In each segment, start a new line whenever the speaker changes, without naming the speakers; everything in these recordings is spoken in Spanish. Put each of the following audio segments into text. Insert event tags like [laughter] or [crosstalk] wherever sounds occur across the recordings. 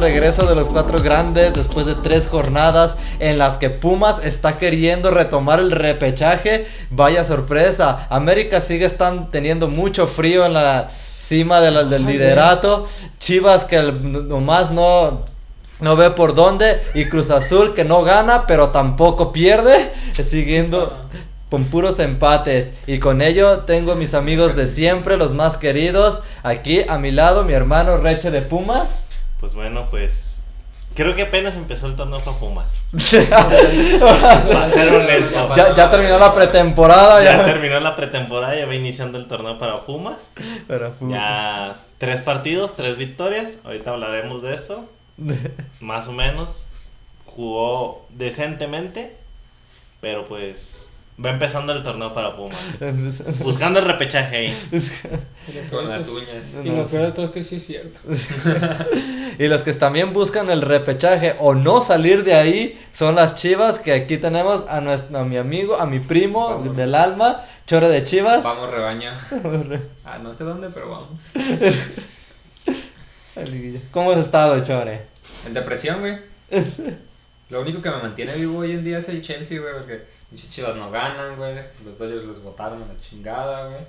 regreso de los cuatro grandes después de tres jornadas en las que Pumas está queriendo retomar el repechaje. Vaya sorpresa, América sigue están teniendo mucho frío en la cima de la, del liderato. Chivas que el- nomás no... No ve por dónde. Y Cruz Azul que no gana, pero tampoco pierde. Siguiendo con puros empates. Y con ello tengo mis amigos de siempre, los más queridos. Aquí a mi lado, mi hermano Reche de Pumas.
Pues bueno, pues creo que apenas empezó el torneo para Pumas.
ya,
Para ser honesto.
ya terminó la pretemporada.
Ya
Ah, Ya
terminó la pretemporada, ya va iniciando el torneo para Pumas.
Pero, fu-
Ya tres partidos, tres victorias. Ahorita hablaremos de eso. Más o menos. Jugó decentemente. Pero pues va empezando el torneo para Pumas. Buscando el repechaje ahí.
Con las uñas.
Y lo peor de todo es que sí es cierto.
[laughs] y los que también buscan el repechaje o no salir de ahí son las chivas. Que aquí tenemos a, nuestro, a mi amigo, a mi primo
Vamos.
del alma, Chore de Chivas.
Vamos, rebaño.
[laughs]
Ah, no sé dónde, pero vamos.
¿Cómo has estado, Chore?
En depresión, güey. Lo único que me mantiene vivo hoy en día es el Chelsea, güey, porque mis chivas no ganan, güey. Los Dodgers los botaron a la chingada, güey.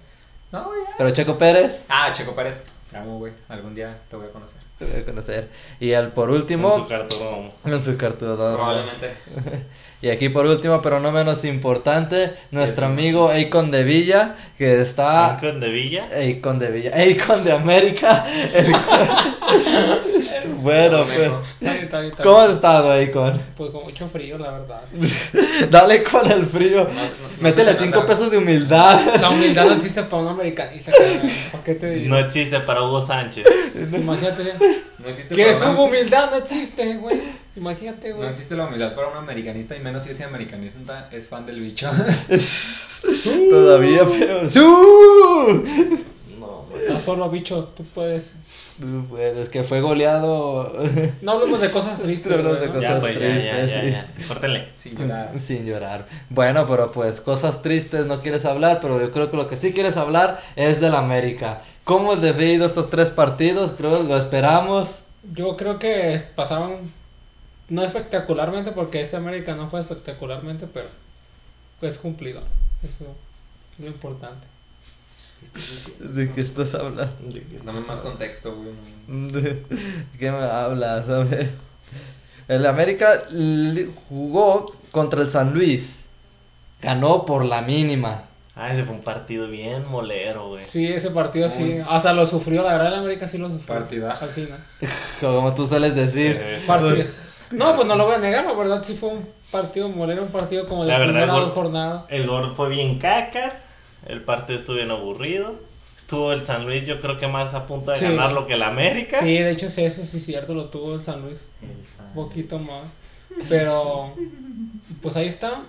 No, güey. ya.
Pero Checo Pérez.
Ah, Checo Pérez. Te amo, güey. Algún día te voy a conocer.
Te voy a conocer. Y el por
En su
último,
cartón.
en su cartulador.
Probablemente.
[laughs] Y aquí por último, pero no menos importante, nuestro
sí.
amigo Akon de Villa, que está...
Lincoln de Villa.
Akon de Villa, Akon de América. [laughs] El- bueno, pues...
Conejo.
Está bien, está bien, está bien.
¿Cómo has estado, Akon?
Pues con mucho frío, la verdad.
Dale con el frío.
No, no, no
Métele
sé qué
5
andar.
pesos de humildad.
[laughs]
La humildad no existe para un americanista, cabrón. ¿Por qué te digo?
No existe para Hugo Sánchez.
[laughs]
Imagínate.
Este
No existe
Que
para
su
una-
humildad no existe, güey. Imagínate,
No
güey.
existe la humildad para un americanista y menos si ese americanista es fan del bicho. [laughs]
Todavía peor. ¡Sú!
No,
Estás solo, bicho. Tú puedes.
[laughs] Pues es que fue goleado. [laughs]
No hablemos de cosas tristes,
No hablemos de
güey, ¿no?
cosas-
ya, pues, ya, ya, ya,
tristes,
ya. Córtenle.
Sin
[laughs]
llorar.
Sin llorar. Bueno, pero pues cosas tristes no quieres hablar, pero yo creo que lo que sí quieres hablar es del América. ¿Cómo te he ido estos tres partidos? Creo que lo esperamos.
Yo creo que es- pasaron. No espectacularmente, porque este América no fue espectacularmente, pero. Pues cumplido. Eso es lo importante.
¿Qué estás diciendo?
¿De qué estás hablando?
Dame más contexto, güey. no.
¿De qué me hablas? A ver. El América li- jugó contra el San Luis. Ganó por la mínima.
Ah, ese fue un partido bien molero, güey.
Sí, ese partido sí.
Muy-
Hasta lo sufrió, la verdad, el América sí lo sufrió.
Partidazo.
Al final.
Como tú sueles decir.
Eh,
Partido. No, pues no lo voy a negar, la verdad sí fue un partido molero, un partido como de
La verdad,
primera
gol-
dos jornadas.
El gol fue bien caca, el partido estuvo bien aburrido. Estuvo el San Luis, yo creo que más a punto de
Sí.
ganar lo que el América.
Sí, de hecho sí, eso sí es cierto, lo tuvo el San Luis, un poquito más. Pero, pues ahí está.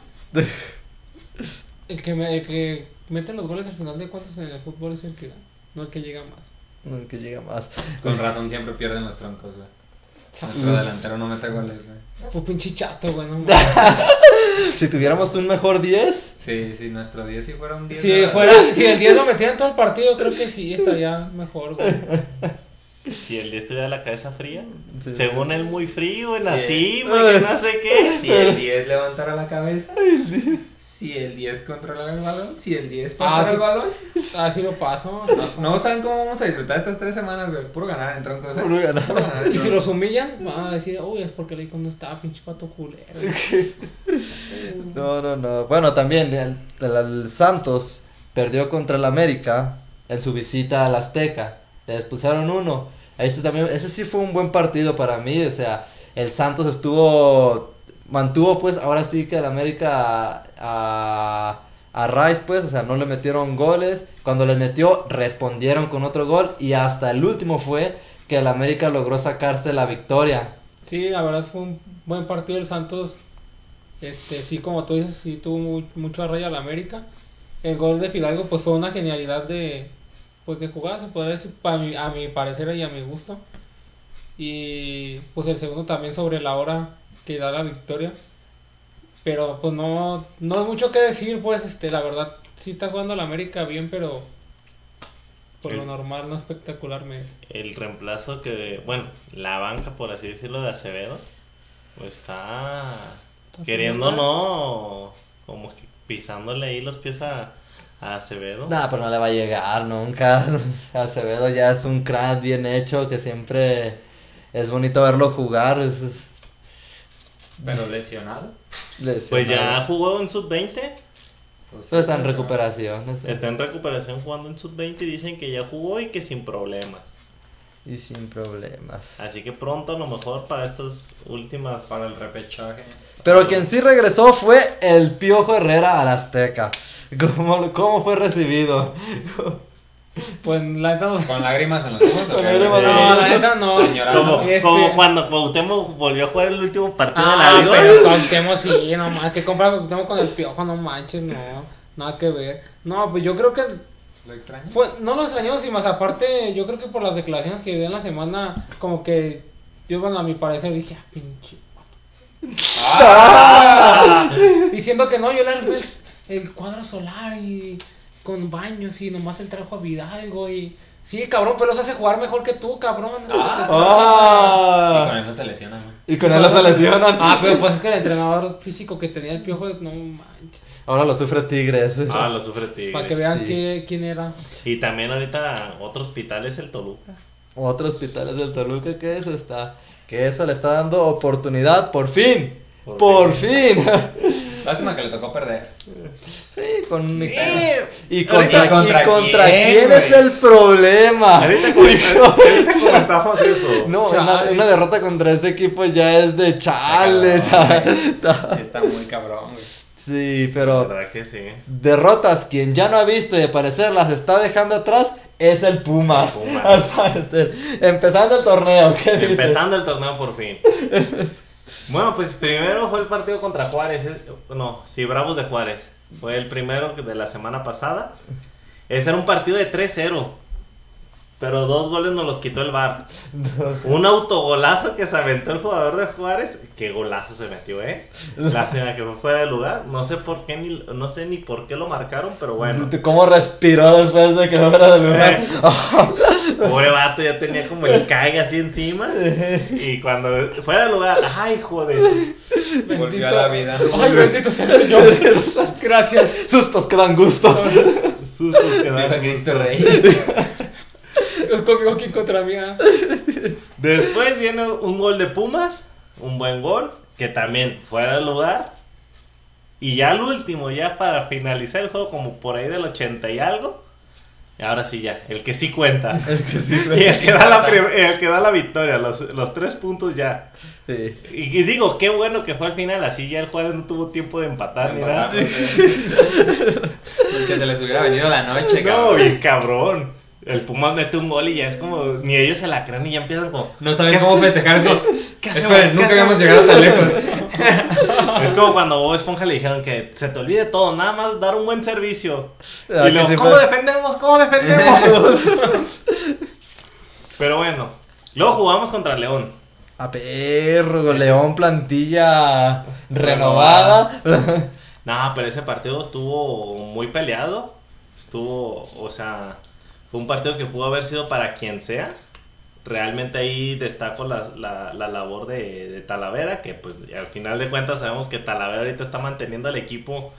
El que, me- el que mete los goles al final de cuentas en el fútbol es el que gana, no el que llega más.
Que llega más.
Con razón siempre pierden los troncos, güey. Nuestro delantero no mete goles, güey.
Fue pinche chato, güey, no mames.
Si tuviéramos un mejor 10.
Sí, sí, nuestro 10 sí fuera un 10.
Si, fuera, si el 10 lo metía en todo el partido, creo que sí, estaría mejor, güey.
Si el día estuviera la cabeza fría,
Sí.
según él, muy frío, en la
Sí.
cima, que no sé qué.
Si el 10 levantara la cabeza. Si el 10 controlara el balón. Si el 10 pasara
Ah, sí.
el balón.
Así lo paso.
No saben cómo vamos a disfrutar estas tres semanas, güey. Puro ganar en troncos. eh.
Puro ganar.
ganar en
[laughs] Y si
troncos.
los humillan, van a decir, uy, es porque el Icon no estaba, pinche pato culero.
No, no, no. Bueno, también el, el- el Santos perdió contra el América en su visita al Azteca. Le expulsaron uno. Ese, también, ese sí fue un buen partido para mí. O sea, el Santos estuvo. Mantuvo, pues, ahora sí que el América a, a, a Rice, pues. O sea, no le metieron goles. Cuando les metió, respondieron con otro gol. Y hasta el último fue que el América logró sacarse la victoria.
Sí, la verdad fue un buen partido el Santos. Este, sí, como tú dices, sí tuvo mu- mucho arroyo al América. El gol de Fidalgo pues fue una genialidad de pues de jugada, se podría decir, pa mi- a mi parecer y a mi gusto. Y pues el segundo también sobre la hora que da la victoria. Pero pues no no es mucho que decir, pues este, la verdad sí está jugando el América bien, pero Por lo
Sí.
normal, no espectacularmente.
El reemplazo que, bueno, la banca, por así decirlo, de Acevedo, pues está
Está
queriendo
bien,
no, como que pisándole ahí los pies a, a Acevedo.
Nah, pero no le va a llegar nunca. [laughs] Acevedo ya es un crack bien hecho que siempre es bonito verlo jugar. Es, es
Pero lesionado.
Pues ya
lesionado.
jugó en sub-20,
pues sí,
Pero está en
pero-
recuperación. está-
está en recuperación jugando en sub-20 y dicen que ya jugó y que sin problemas.
Y sin problemas.
Así que pronto a lo mejor para estas últimas...
Para el repechaje.
Pero quien sí regresó fue el Piojo Herrera al Azteca. [laughs] ¿Cómo, lo- cómo fue recibido?
Pues la neta no sé.
Con lágrimas en los ojos. ¿o
Con
qué,
lágrimas
güey?
en los
No,
ojos.
la neta no.
Llorando.
pues, Como,
Este-
como cuando Cuauhtémoc volvió a jugar el último partido
Ah,
de la
pero
Liga.
Cuauhtémoc sí, no más. Que compra Cuauhtémoc con el piojo, no manches, no. Nada que ver. No, pues yo creo que
¿Lo extraño?
fue, no lo extrañamos y más aparte, yo creo que por las declaraciones que dio en la semana, como que yo, bueno, a mi parecer dije, ah, pinche.
Ah.
vato". Diciendo que no, yo le armé el, el cuadro solar y con baños y nomás el trajo a Vidalgo y. Sí, cabrón, pero los hace jugar mejor que tú, cabrón. eso sí
Ah.
se trata.
Y con
¡Ah!
eso se lesiona, güey.
Y con él lo seleccionan.
Ah, pero pues es que el entrenador físico que tenía el piojo, no manches.
Ahora lo sufre Tigres.
Ah, lo sufre
Para que
Tigres.
vean
sí.
que- quién era.
Y también ahorita otro hospital es el Toluca.
Otro hospital es del Toluca que eso está. Que eso le está dando oportunidad, por fin. Por,
Por
fin. [laughs]
Lástima que le tocó perder.
sí, con.
Eh,
Y contra,
¿y contra
y contra
quién,
quién, es
güey?
el problema.
Ahorita, comentamos- ahorita comentamos eso.
No, una,
Chale.
una derrota contra ese equipo ya es de chales.
Sí, está muy cabrón, güey.
sí,
La
pero
verdad que sí.
derrotas quien ya no ha visto y al parecer las está dejando atrás es el Pumas.
El Pumas.
Al parecer. Empezando el torneo, [laughs] ¿qué dices?
Empezando el torneo por fin. Bueno, pues primero fue el partido contra Juárez. es- no, sí, Bravos de Juárez. Fue el primero de la semana pasada. Ese era un partido de 3-0. Pero dos goles nos los quitó el VAR.
Dos.
Un autogolazo que se aventó el jugador de Juárez. Qué golazo se metió, eh. Lástima que fue fuera de lugar. No sé por qué ni, no sé ni por qué lo marcaron, pero bueno.
¿Cómo respiró después de que no era del lugar?
Eh. Pobre vato, ya tenía como el caiga así encima. Y cuando fuera de lugar, ay, joder.
Volvió a la vida.
Ay, bendito sea el Señor. Gracias.
Sustos que dan gusto.
Sustos que
Viva
dan
Cristo
gusto.
Rey.
Dios conmigo aquí contra mí. ah.
Después viene un gol de Pumas, un buen gol, que también fuera de lugar. Y ya el último, ya para finalizar el juego, como por ahí del 80 y algo. Y ahora sí, ya, el que sí cuenta.
El que sí,
Y el que da la, prim- el que da la victoria, los, los tres puntos ya.
sí.
Y, y digo, qué bueno que fue al final, así ya el Juárez no tuvo tiempo de empatar ni nada.
Empatamos, güey. Que se les hubiera venido la noche,
No,
cabrón.
bien cabrón. El Pumas mete un gol y ya es como, ni ellos se la creen y ya empiezan como...
No saben
¿Qué
cómo
hace-
festejar eso.
¿Qué hacemos?
Esperen,
¿Qué
nunca habíamos llegado
hacemos?
tan lejos. [laughs]
Es como cuando a Bob Esponja le dijeron que se te olvide todo, nada más dar un buen servicio.
Ah,
y luego,
que sí
¿cómo
fue.
defendemos?
[laughs]
¿Cómo defendemos? Pero bueno, luego jugamos contra León.
A perro, León, plantilla renovada.
Nada, pero ese partido estuvo muy peleado. Estuvo, o sea, fue un partido que pudo haber sido para quien sea. Realmente ahí destaco la, la- la labor de, de Talavera, que pues al final de cuentas sabemos que Talavera ahorita está manteniendo al equipo.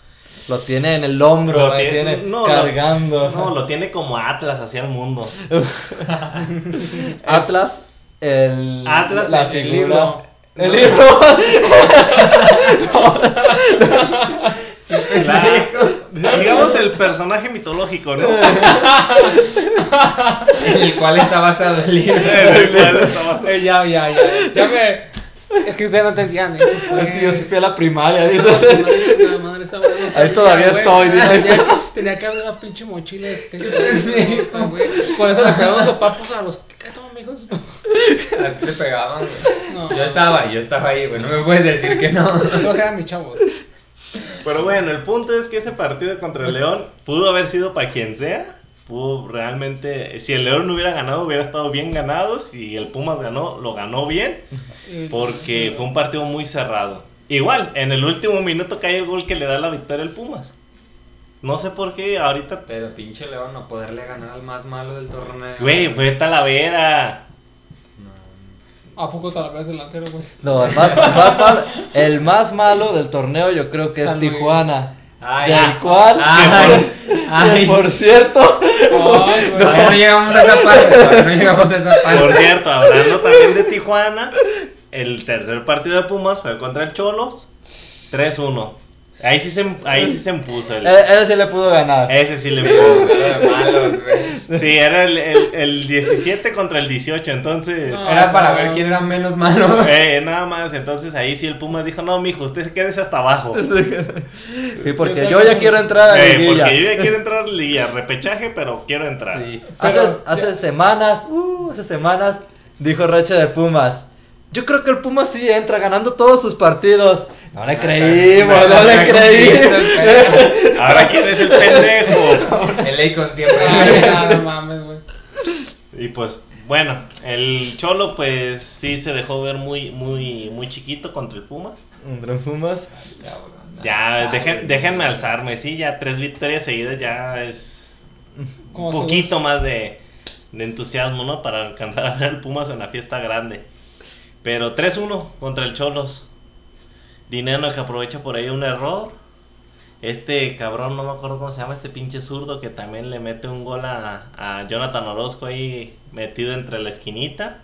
Lo tiene en el hombro,
Lo
lo tiene,
tiene- no, lo-
cargando.
No, lo tiene como Atlas hacia el mundo.
Atlas, el.
Atlas,
la
el
figura.
libro.
El libro.
La- digamos el personaje mitológico, ¿no?
El cual está basado en libro.
El cual está basado-
Eh, ya, ya, ya. Ya me. Es que ustedes no entendían. eso fue-
es que yo sí fui a la primaria,
No,
dices.
chingada madre, esa madre no
Ahí todavía
tenía,
estoy,
güey.
dice.
Tenía que- Tenía que abrir la pinche mochila. de que- güey. Por eso le pegamos sopapos a los. ¿Qué toma, amigos?
Así te pegaban, güey.
No.
Yo estaba, yo estaba ahí, güey. No me puedes decir que no.
No eran mis chavos.
Pero bueno, el punto es que ese partido contra el León pudo haber sido para quien sea. Pudo realmente, si el León no hubiera ganado, hubiera estado bien ganado. Si el Pumas ganó, lo ganó bien. Porque fue un partido muy cerrado. Igual, en el último minuto cae el gol que le da la victoria al Pumas. No sé por qué, ahorita.
Pero pinche León, no poderle ganar al más malo del torneo.
Güey, fue Talavera.
No,
¿A poco Talavera es delantero, güey?
No, el más, el más malo, el más malo del torneo yo creo que es
San Luis.
Tijuana.
Ay,
del
ah,
cual,
ay,
que
ay.
por, por cierto, e,
Ay, güey.
Todavía no llegamos a esa parte, todavía no llegamos a esa parte.
Por cierto, hablando también de Tijuana, el tercer partido de Pumas fue contra el Cholos. 3-1. Ahí sí se, ahí sí se impuso. El,
e- ese sí le pudo ganar.
ese sí le puso.
Era de malos, güey.
Sí, era el, el, el 17 contra el 18, entonces.
No.
Era para ver quién era menos malo.
eh, nada más, entonces ahí sí el Pumas dijo, no, mijo, usted se quédese hasta abajo.
Sí, porque yo ya quiero entrar a la
Eh,
liguilla.
porque yo ya quiero entrar y a repechaje, pero quiero entrar.
Sí. Hace,
Pero-
hace semanas, uh, hace semanas, dijo Rocha de Pumas. Yo creo que el Pumas sí entra ganando todos sus partidos. No
Ah,
le creímos,
No,
no
no,
le
no,
creí.
Ahora quién es el pendejo.
El Akon siempre.
Ay, ya, no mames, güey.
Y pues, bueno, el Cholo pues sí se dejó ver muy, muy, muy chiquito contra el Pumas.
[laughs] Entre Pumas.
Ya,
Alzar,
dejen-
güey.
déjenme alzarme, sí, ya tres victorias seguidas ya es
Como
un
se-
poquito más de, de entusiasmo, ¿no? Para alcanzar a ver al Pumas en la fiesta grande. Pero 3-1 contra el Cholos. Dinero que aprovecha por ahí un error. Este cabrón, no me acuerdo cómo se llama, este pinche zurdo que también le mete un gol a, a Jonathan Orozco ahí metido entre la esquinita.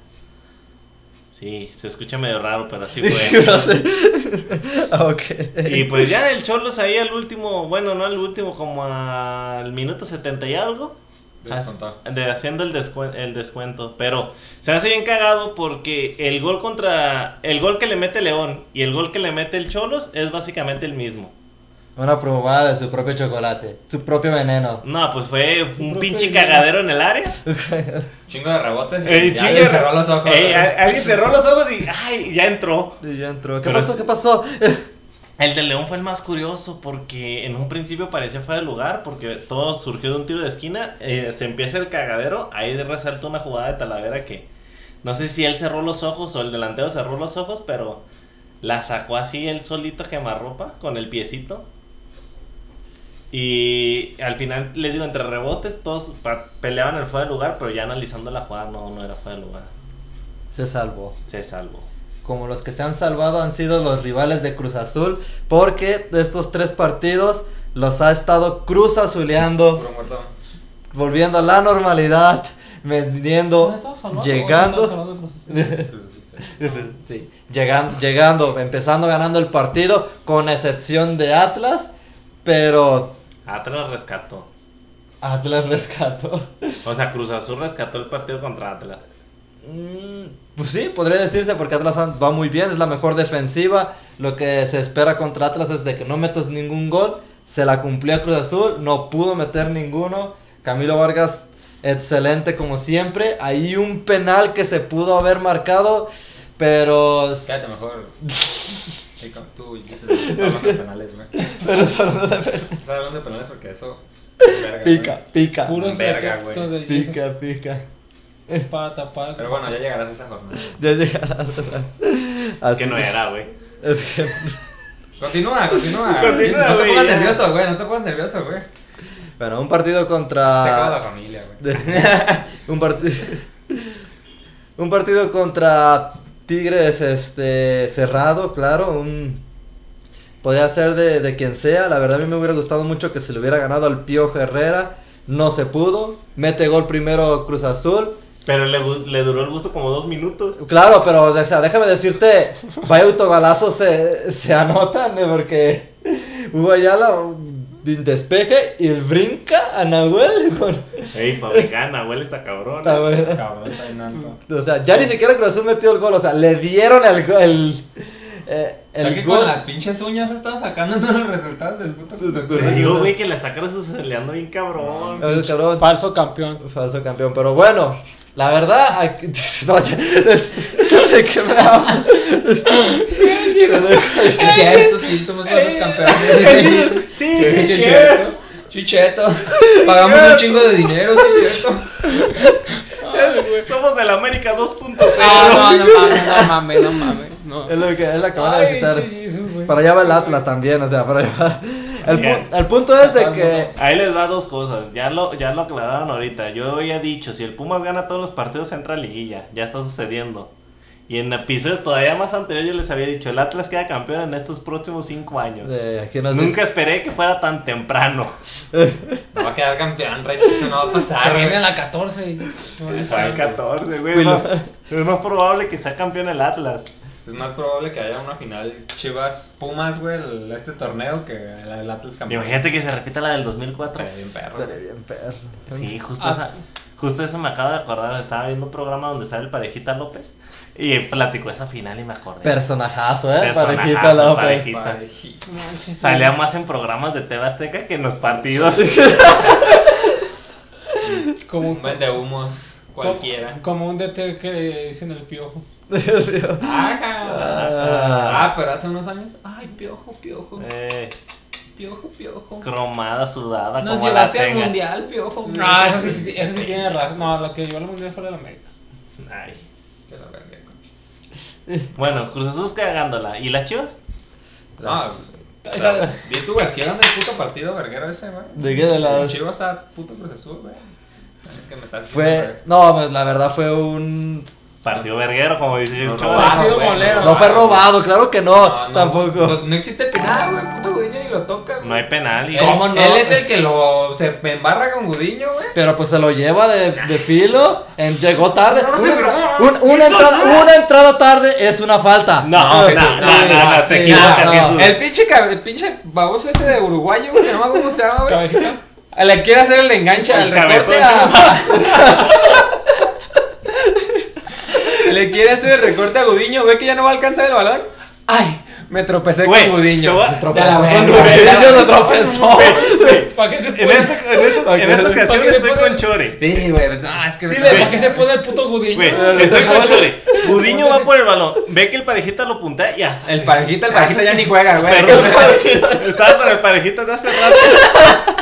Sí, se escucha medio raro, pero así
[laughs]
fue.
No sé. Ah, ok.
Y pues ya el Cholos ahí al último, bueno, no al último, como al minuto 70 y algo.
Descontó.
ha- De, haciendo el, descuen- el descuento. Pero se hace bien cagado porque el gol contra. El gol que le mete León y el gol que le mete el Cholos es básicamente el mismo.
Una probada de su propio chocolate, su propio veneno.
No, pues fue un
propio
pinche
dinero.
cagadero en el área.
Chingo de rebotes y
El
ya
chingue-
alguien cerró los ojos.
Ey,
güey.
a- alguien cerró los ojos y. ¡Ay! Ya entró.
Y ya entró. ¿Qué
Pero
pasó?
es-
¿Qué pasó? [laughs]
El de León fue el más curioso porque en un principio parecía fuera de lugar porque todo surgió de un tiro de esquina. eh, se empieza el cagadero, ahí de resalta una jugada de Talavera que no sé si él cerró los ojos o el delantero cerró los ojos, pero la sacó así él solito a quemarropa con el piecito. Y al final, les digo, entre rebotes todos pa- peleaban el fuera de lugar, pero ya analizando la jugada no, no era fuera de lugar.
Se salvó.
Se salvó.
como los que se han salvado han sido los rivales de Cruz Azul, porque de estos tres partidos los ha estado Cruz Azuleando,
Puro muerto.
volviendo a la normalidad,
¿No
vendiendo,
estamos hablando? ¿O estamos
llegando,
hablando de procesos?
[laughs] sí, llegando, llegando, empezando ganando el partido, con excepción de Atlas, pero
Atlas rescató.
Atlas [laughs] rescató.
O sea, Cruz Azul rescató el partido contra Atlas.
Mm, Pues sí, podría decirse porque Atlas an- va muy bien, es la mejor defensiva. Lo que se espera contra Atlas es de que no metas ningún gol. Se la cumplió a Cruz Azul, no pudo meter ninguno. Camilo Vargas, excelente como siempre. Ahí un penal que se pudo haber marcado, pero... s-
Cállate mejor. Chico, tú y yo se- se hablan de penales, güey.
Pero solo de ver-
Estás hablando de penales porque eso. verga, güey.
Pica, pica,
Puros
Verga,
pretextos de Jesus
pica, pica.
para tapar.
Pero bueno, ya llegarás a esa jornada.
Ya llegarás.
que no era, güey.
Es que... [laughs]
Continúa, continúa.
Continúa,
Dice, no te
güey,
pongas
ya.
nervioso, güey. No te pongas nervioso, güey.
Bueno, un partido contra...
Se acaba la familia, güey.
De- [laughs] un, partido un partido contra Tigres este cerrado, claro, un podría ser de, de quien sea, la verdad a mí me hubiera gustado mucho que se le hubiera ganado al Piojo Herrera, no se pudo, mete gol primero Cruz Azul,
Pero le, gu- le duró el gusto como dos minutos.
claro, pero o sea, déjame decirte, vaya autogalazo se, se anotan, eh, porque Hugo Ayala despeje y el brinca a Nahuel [laughs] con-
Ey, Fabricana, güey, está cabrón.
Está bueno.
Cabrón, está en alto.
O sea, ya ni siquiera Cruz Azul metió el gol. O sea, le dieron el, go- el, eh,
O sea
el
que
gol.
con las pinches uñas estaba sacando todos los resultados del puto.
Te
Cruz
juro.
Pero
Azul.
digo, güey, que la está cruzasoleando bien cabrón.
Ah, cabrón,
Falso campeón.
falso campeón. Pero bueno, la verdad. aquí- [laughs] No, ya- ¿De qué me hablas?
Es cierto, pues, sí, somos los dos [laughs] campeones.
Sí, sí, sí, es cierto.
Chicheto. Pagamos un chingo de dinero, sí, es cierto.
Somos del América 2.0.
Ah, no, no mames, no mames, no mames. No.
Es lo que, es la que van a
Ay,
visitar.
Jesus, güey.
Para allá va el Atlas también, o sea, para allá. El,
Bien.
pu- el punto es de
Ajá,
que.
Ahí les va dos cosas. Ya lo, ya lo aclararon ahorita. Yo había dicho, si el Pumas gana todos los partidos, entra a liguilla. Ya está sucediendo. Y en episodios todavía más anteriores yo les había dicho, el Atlas queda campeón en estos próximos cinco años.
eh, aquí nos
Nunca
dice-
esperé que fuera tan temprano.
No va a quedar campeón, Rex, eso no va a pasar.
Pero
güey.
viene a la 14. y- no,
El
es-
14, güey. Es más, es más probable que sea campeón el Atlas.
Es más probable que haya una final Chivas Pumas, güey, el- este torneo que la del Atlas campeón.
Imagínate que se repita la del 2004.
Estaría bien perro.
Estaría bien, perro.
Sí, justo,
Ah.
esa- justo eso me acabo de acordar. Estaba viendo un programa donde sale el Parejita López y platicó esa final y me acordé.
Personajazo, ¿eh?
Personajazo,
Parejita López.
parejita.
Parejito.
Manches,
Salía más en programas de TV Azteca que en los partidos.
Como
Un vende humos cualquiera.
Como, como un DT que le dicen el piojo.
Dios mío.
Ajá.
Ah,
Ah, pero hace unos años. Ay, piojo, piojo,
Eh,
piojo, piojo.
cromada, sudada,
Nos
como la
llevaste al
tenga.
mundial, piojo.
Ah, eso sí, eso sí tiene razón. No, lo que llevó al mundial fue la de América.
Ay.
Te la vendí, güey.
Bueno, Cruz Azul cagándola. ¿Y las chivas?
No,
O sea,
vi tu versión del puto partido verguero ese, güey.
¿De qué de la.?
Chivas a puto Cruz Azul, güey. Es que me estás
[laughs] Fue. No, pues la verdad ffue un.
Partido verguero, como dice el
No,
chavo.
no,
no,
Partido
güey,
molero.
No fue robado, claro que no,
No, no, No,
tampoco.
no existe penal, güey. Puto Gudiño ni lo toca, güey.
No hay penal. y-
Él-
¿Cómo no?
Él es el que lo se embarra con Gudiño, güey.
Pero pues se lo lleva de, de filo, en- llegó tarde.
No, no se
Una,
grabó.
un- una entrada, una entrada tarde es una falta.
No,
Eh,
no, no,
eh,
no, no, te
eh,
equivocas,
no.
Jesús.
Ah, El pinche, cab- el pinche baboso ese de uruguayo, güey, que no me acuerdo cómo se
Ah,
llama, güey.
¿Cabecita?
Le quiere hacer el enganche
El
al recorte
cabezón.
a... Le quiere hacer el recorte a Gudiño, ve que ya no va a alcanzar el balón. Ay, me tropecé
Güey,
con
te
Gudiño.
voy a-
Me
Tropezó,
tropecé con
el
Gudiño.
niño lo [laughs] tropezó.
¿Para qué se
este
En,
pone?
esta, en, esta- en esta ocasión
Porque
estoy
después-
con Chore.
Sí, güey, no, es que...
Dile, ¿para
Güey.
qué se pone el puto Gudiño?
Güey, estoy con Chore. Gudiño va por el balón. Ve que el parejita lo puntea y hasta.
El
se-
parejita, el parejita ya ni juega, güey.
Perdón, Estaba con el parejita de hace rato.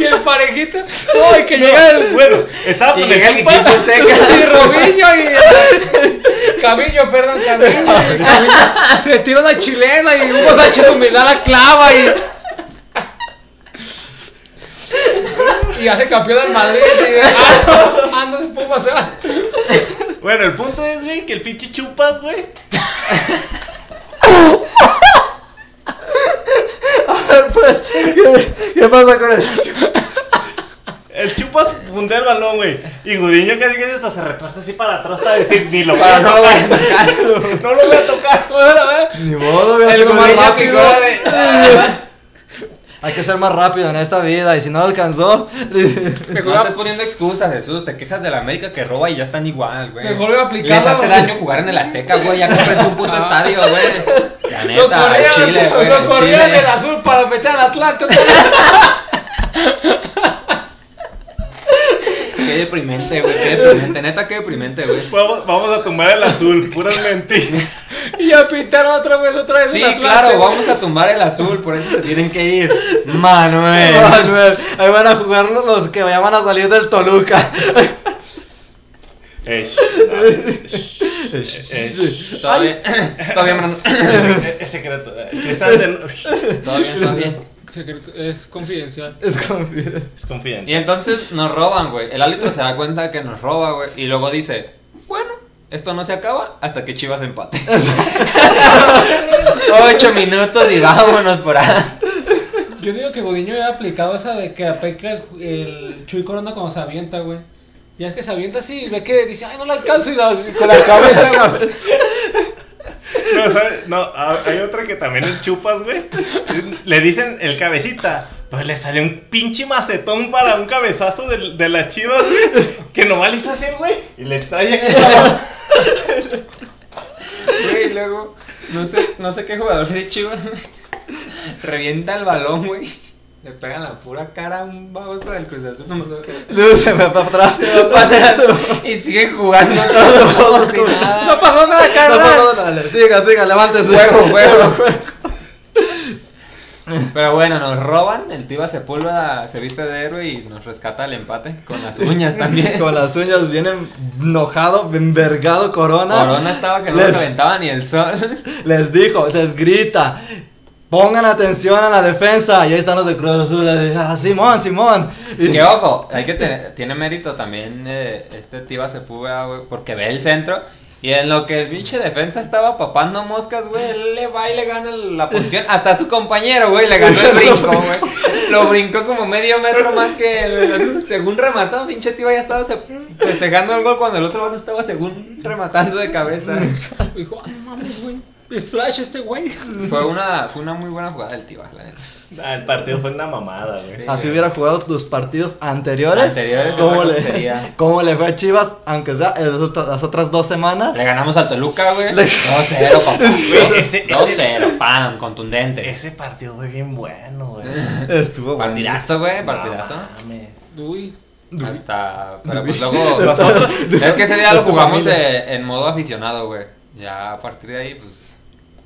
Y el parejita. Ay, que llega el.
Bueno,
[laughs]
estaba
Y
con
llega el
el
que
chupas.
quiso
[laughs]
seca.
Y Robinho y. Cabillo, perdón, Cabillo.
Ah,
Le tira una chilena y Hugo Sánchez humildad la clava y. Y hace campeón al Madrid. Y, ah, ando de Pumas. ah.
Bueno, el punto es, güey, que el pinche chupas, güey.
Pues, ¿qué, qué pasa con eso?
El chupas puntea el balón, güey. Y Gudiño casi casi hasta se retuerce así para atrás para decir, ni lo voy a
Para no,
tocar.
güey.
No lo voy a tocar.
Bueno, a ver.
Ni modo, hubiera
El
sido más
Gudiño
rápido.
picó de...
[laughs] Hay que ser más rápido en esta vida y si no alcanzó. [laughs]
Mejor,
No estás
a-
poniendo excusas, Jesús. Te quejas de la América que roba y ya están igual, güey.
Mejor voy a aplicarla,
Les hace
güey. Ah.
daño jugar en el Azteca, güey. Ya compren
[laughs]
un puto estadio, güey. La
lo
neta, el
corrían,
Chile, güey.
lo
el
corrían
Chile.
del azul para meter al Atlante.
Qué deprimente, güey. Qué deprimente. Neta, qué deprimente, güey.
Vamos, vamos a tumbar el azul, puras mentiras.
Y a pintar otra vez, otra vez.
Sí,
el Atlante,
claro,
güey.
vamos a tumbar el azul, por eso se tienen que ir. Manuel.
Manuel, [laughs] ahí van a jugar los que ya van a salir del Toluca.
Eh, sh- no, sh- eh,
Todo bien, todo bien, Brandon.
eh, Es secreto. eh, Cristal de-
Todo bien, todo bien.
Secreto- Es confidencial.
Es confidencial.
Es
Y
confidencial.
entonces nos roban, güey. El árbitro se da cuenta que nos roba, güey. Y luego dice, bueno, esto no se acaba hasta que Chivas empate. [laughs] Ocho minutos y vámonos por ahí.
Yo digo que Gudiño ya ha aplicado esa de que aplica el- el Chuy Corona cuando se avienta, güey. Ya es que se avienta así y ve que dice, ay, no la alcanzo y la- con la cabeza, güey.
No, ¿sabes? No, ha- hay otra que también es chupas, güey. Le dicen el cabecita. Pues le salió un pinche macetón para un cabezazo del- de, las chivas, güey. Que nomás le hizo así, el güey. Y le extrae aquí la mano.
Güey, y luego, no sé, no sé qué jugador de Chivas, [laughs] güey, Revienta el balón, güey. Le pegan la pura cara a un baboso del Cruz Azul. nomás lo que-
Luego se me va para atrás.
Se va para atrás
[laughs]
y sigue jugando todo como si nada.
No pasó nada,
No,
carnal.
perdónale. Siga, siga, levántese.
Juego,
[laughs]
juego. Pero bueno, nos roban, el Tiva Sepúlveda se viste de héroe y nos rescata el empate con las uñas
[laughs]
también.
Con las uñas bien em-, enojado, envergado Corona.
Corona estaba que no le
Les-
reventaba ni el sol.
Les dijo, les grita. Pongan atención a la defensa. Y ahí están los de Cruz Azul. Ah, Simón, Simón. Y-
Que ojo, hay que tener- tiene mérito también eh, este Tiba Sepúlveda, güey, porque ve el centro y en lo que el pinche defensa estaba papando moscas, güey, él le va y le gana la posición. Hasta a su compañero, güey, le ganó el brinco, güey. Lo brincó como medio metro más que el, según remató, pinche Tiba ya estaba se- festejando el gol cuando el otro vato estaba según rematando de cabeza.
Dijo, ah, no mames, güey. Es flash este güey.
Fue una, fue una muy buena jugada del Tiba, la neta.
Ah, el partido fue una mamada, güey.
Así hubiera jugado tus partidos anteriores.
Anteriores,
¿Cómo
otra
le,
sería.
[laughs] ¿Cómo le fue a Chivas? Aunque sea en las otras- las otras dos semanas.
Le ganamos al Toluca, güey.
Le-
2-0, papá.
Güey, ese-
2-0, pam, contundente.
Ese partido fue bien bueno,
[laughs]
güey.
Estuvo bueno.
Partidazo, güey, partidazo.
No mames.
Uy,
Hasta. Pero
[laughs]
pues luego. es que ese día
Hasta
lo jugamos
familia.
eh, en modo aficionado, güey. Ya a partir de ahí, pues.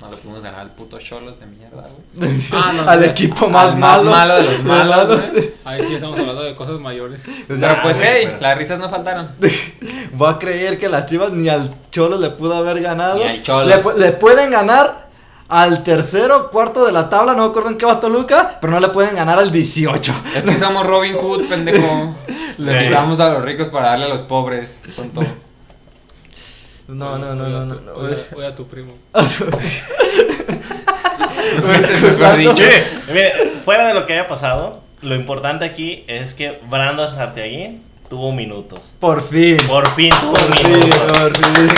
No le pudimos ganar al puto Cholos de mierda, güey.
[laughs]
[laughs]
Ah, no,
Al
no,
equipo
al
más
más
malo.
malo de
[laughs]
los malos, güey.
ahí sí estamos hablando de cosas mayores.
Pero pues,
güey,
hey,
pero-
las risas no faltaron.
[laughs] Voy a creer que las Chivas ni al Cholo le pudo haber ganado.
Ni al Cholos.
Le, pu- le pueden ganar al tercero, cuarto de la tabla, no me acuerdo en qué va Toluca, pero no le pueden ganar al 18.
Es que somos Robin Hood,
[laughs]
pendejo. Le
Sí.
quitamos a los ricos para darle a los pobres.
[laughs]
Tonto.
No, no, no, no, no. no.
Oye, oye a tu primo.
[laughs] Ese es mejor dicho.
Mire, mire, fuera de lo que haya pasado, lo importante aquí es que Brandon Sartiaguín tuvo minutos.
Por fin.
Por fin tuvo
Por fin,
minutos.
por fin.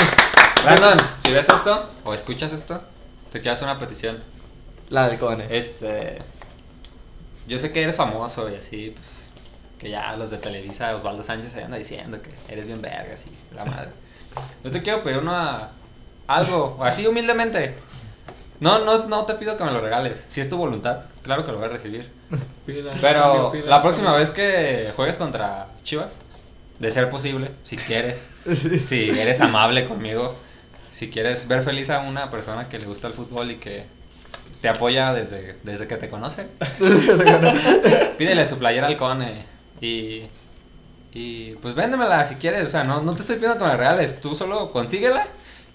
Brandon, si ves esto o escuchas esto, te quiero hacer una petición.
La de [laughs] Cone.
Este. Yo sé que eres famoso y así, pues. Que ya los de Televisa, Osvaldo Sánchez, se anda diciendo que eres bien vergas y la madre. Yo te quiero pedir una. Algo, así humildemente. No, no, no te pido que me lo regales. Si es tu voluntad, claro que lo voy a recibir.
Pila,
Pero
pila,
la próxima
pila.
vez que juegues contra Chivas, de ser posible, si quieres, si eres amable conmigo, si quieres ver feliz a una persona que le gusta el fútbol y que te apoya desde, desde que te conoce, [laughs] pídele su playera al Cone y, y pues véndemela si quieres. O sea, no, no te estoy pidiendo que me la regales, tú solo consíguela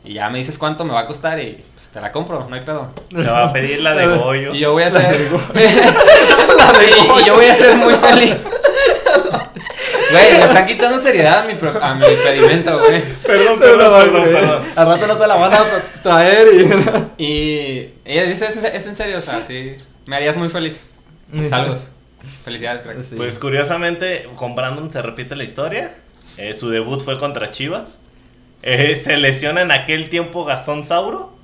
y ya me dices cuánto me va a costar y pues te la compro, no hay pedo.
Te va a pedir la
[laughs]
de Goyo.
Y yo voy a ser. [laughs]
de
y, y yo voy a ser muy feliz. Güey, me están quitando seriedad a mi, pro- a mi experimento, güey.
Perdón,
No lo va a
perdón, perdón,
creer.
perdón.
Al rato no se la van a tra- traer y.
Y ella dice: es, en- es en serio, o sea, sí. Me harías muy feliz. Saludos. Felicidades, crack.
Sí.
Pues curiosamente, con Brandon se repite la historia. Eh, su debut fue contra Chivas. Eh, [laughs] se lesiona en aquel tiempo Gastón Sauro.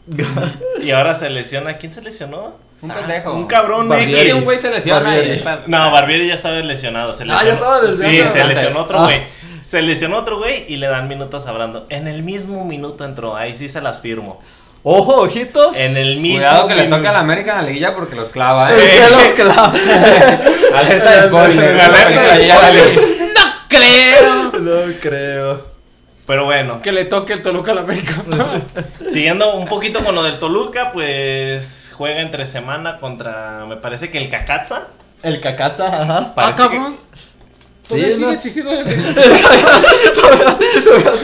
Y ahora se lesiona. ¿Quién se lesionó?
Un
Sa-
pendejo.
Un cabrón
Barbieri.
Y
X.
un güey se lesiona
Barbieri.
y está-
No, Barbieri ya estaba lesionado. Se
Ah, ya estaba lesionado.
Sí, se
Antes.
lesionó otro
Ah.
güey. Se lesionó otro güey y le dan minutos a Brandon. En el mismo minuto entró. Ahí sí se las firmo.
[laughs] Ojo, ojito.
Eh,
En el mismo.
Cuidado que le
minuto.
toca a la América en la liguilla porque los clava, [laughs]
El
eh.
cielo es clavo.
Alerta de spoiler.
Alerta de
Película llega a la liguilla. No
[laughs]
creo.
No creo.
Pero bueno,
Que le toque el Toluca a la
[laughs]
América.
Siguiendo un poquito con lo del Toluca, pues juega entre semana contra, me parece que el Cacatza.
El cacaza, ajá.
ah,
Parece que-
cabrón.
Sí,
Sí,
¿no?
sigue existiendo
[laughs]
el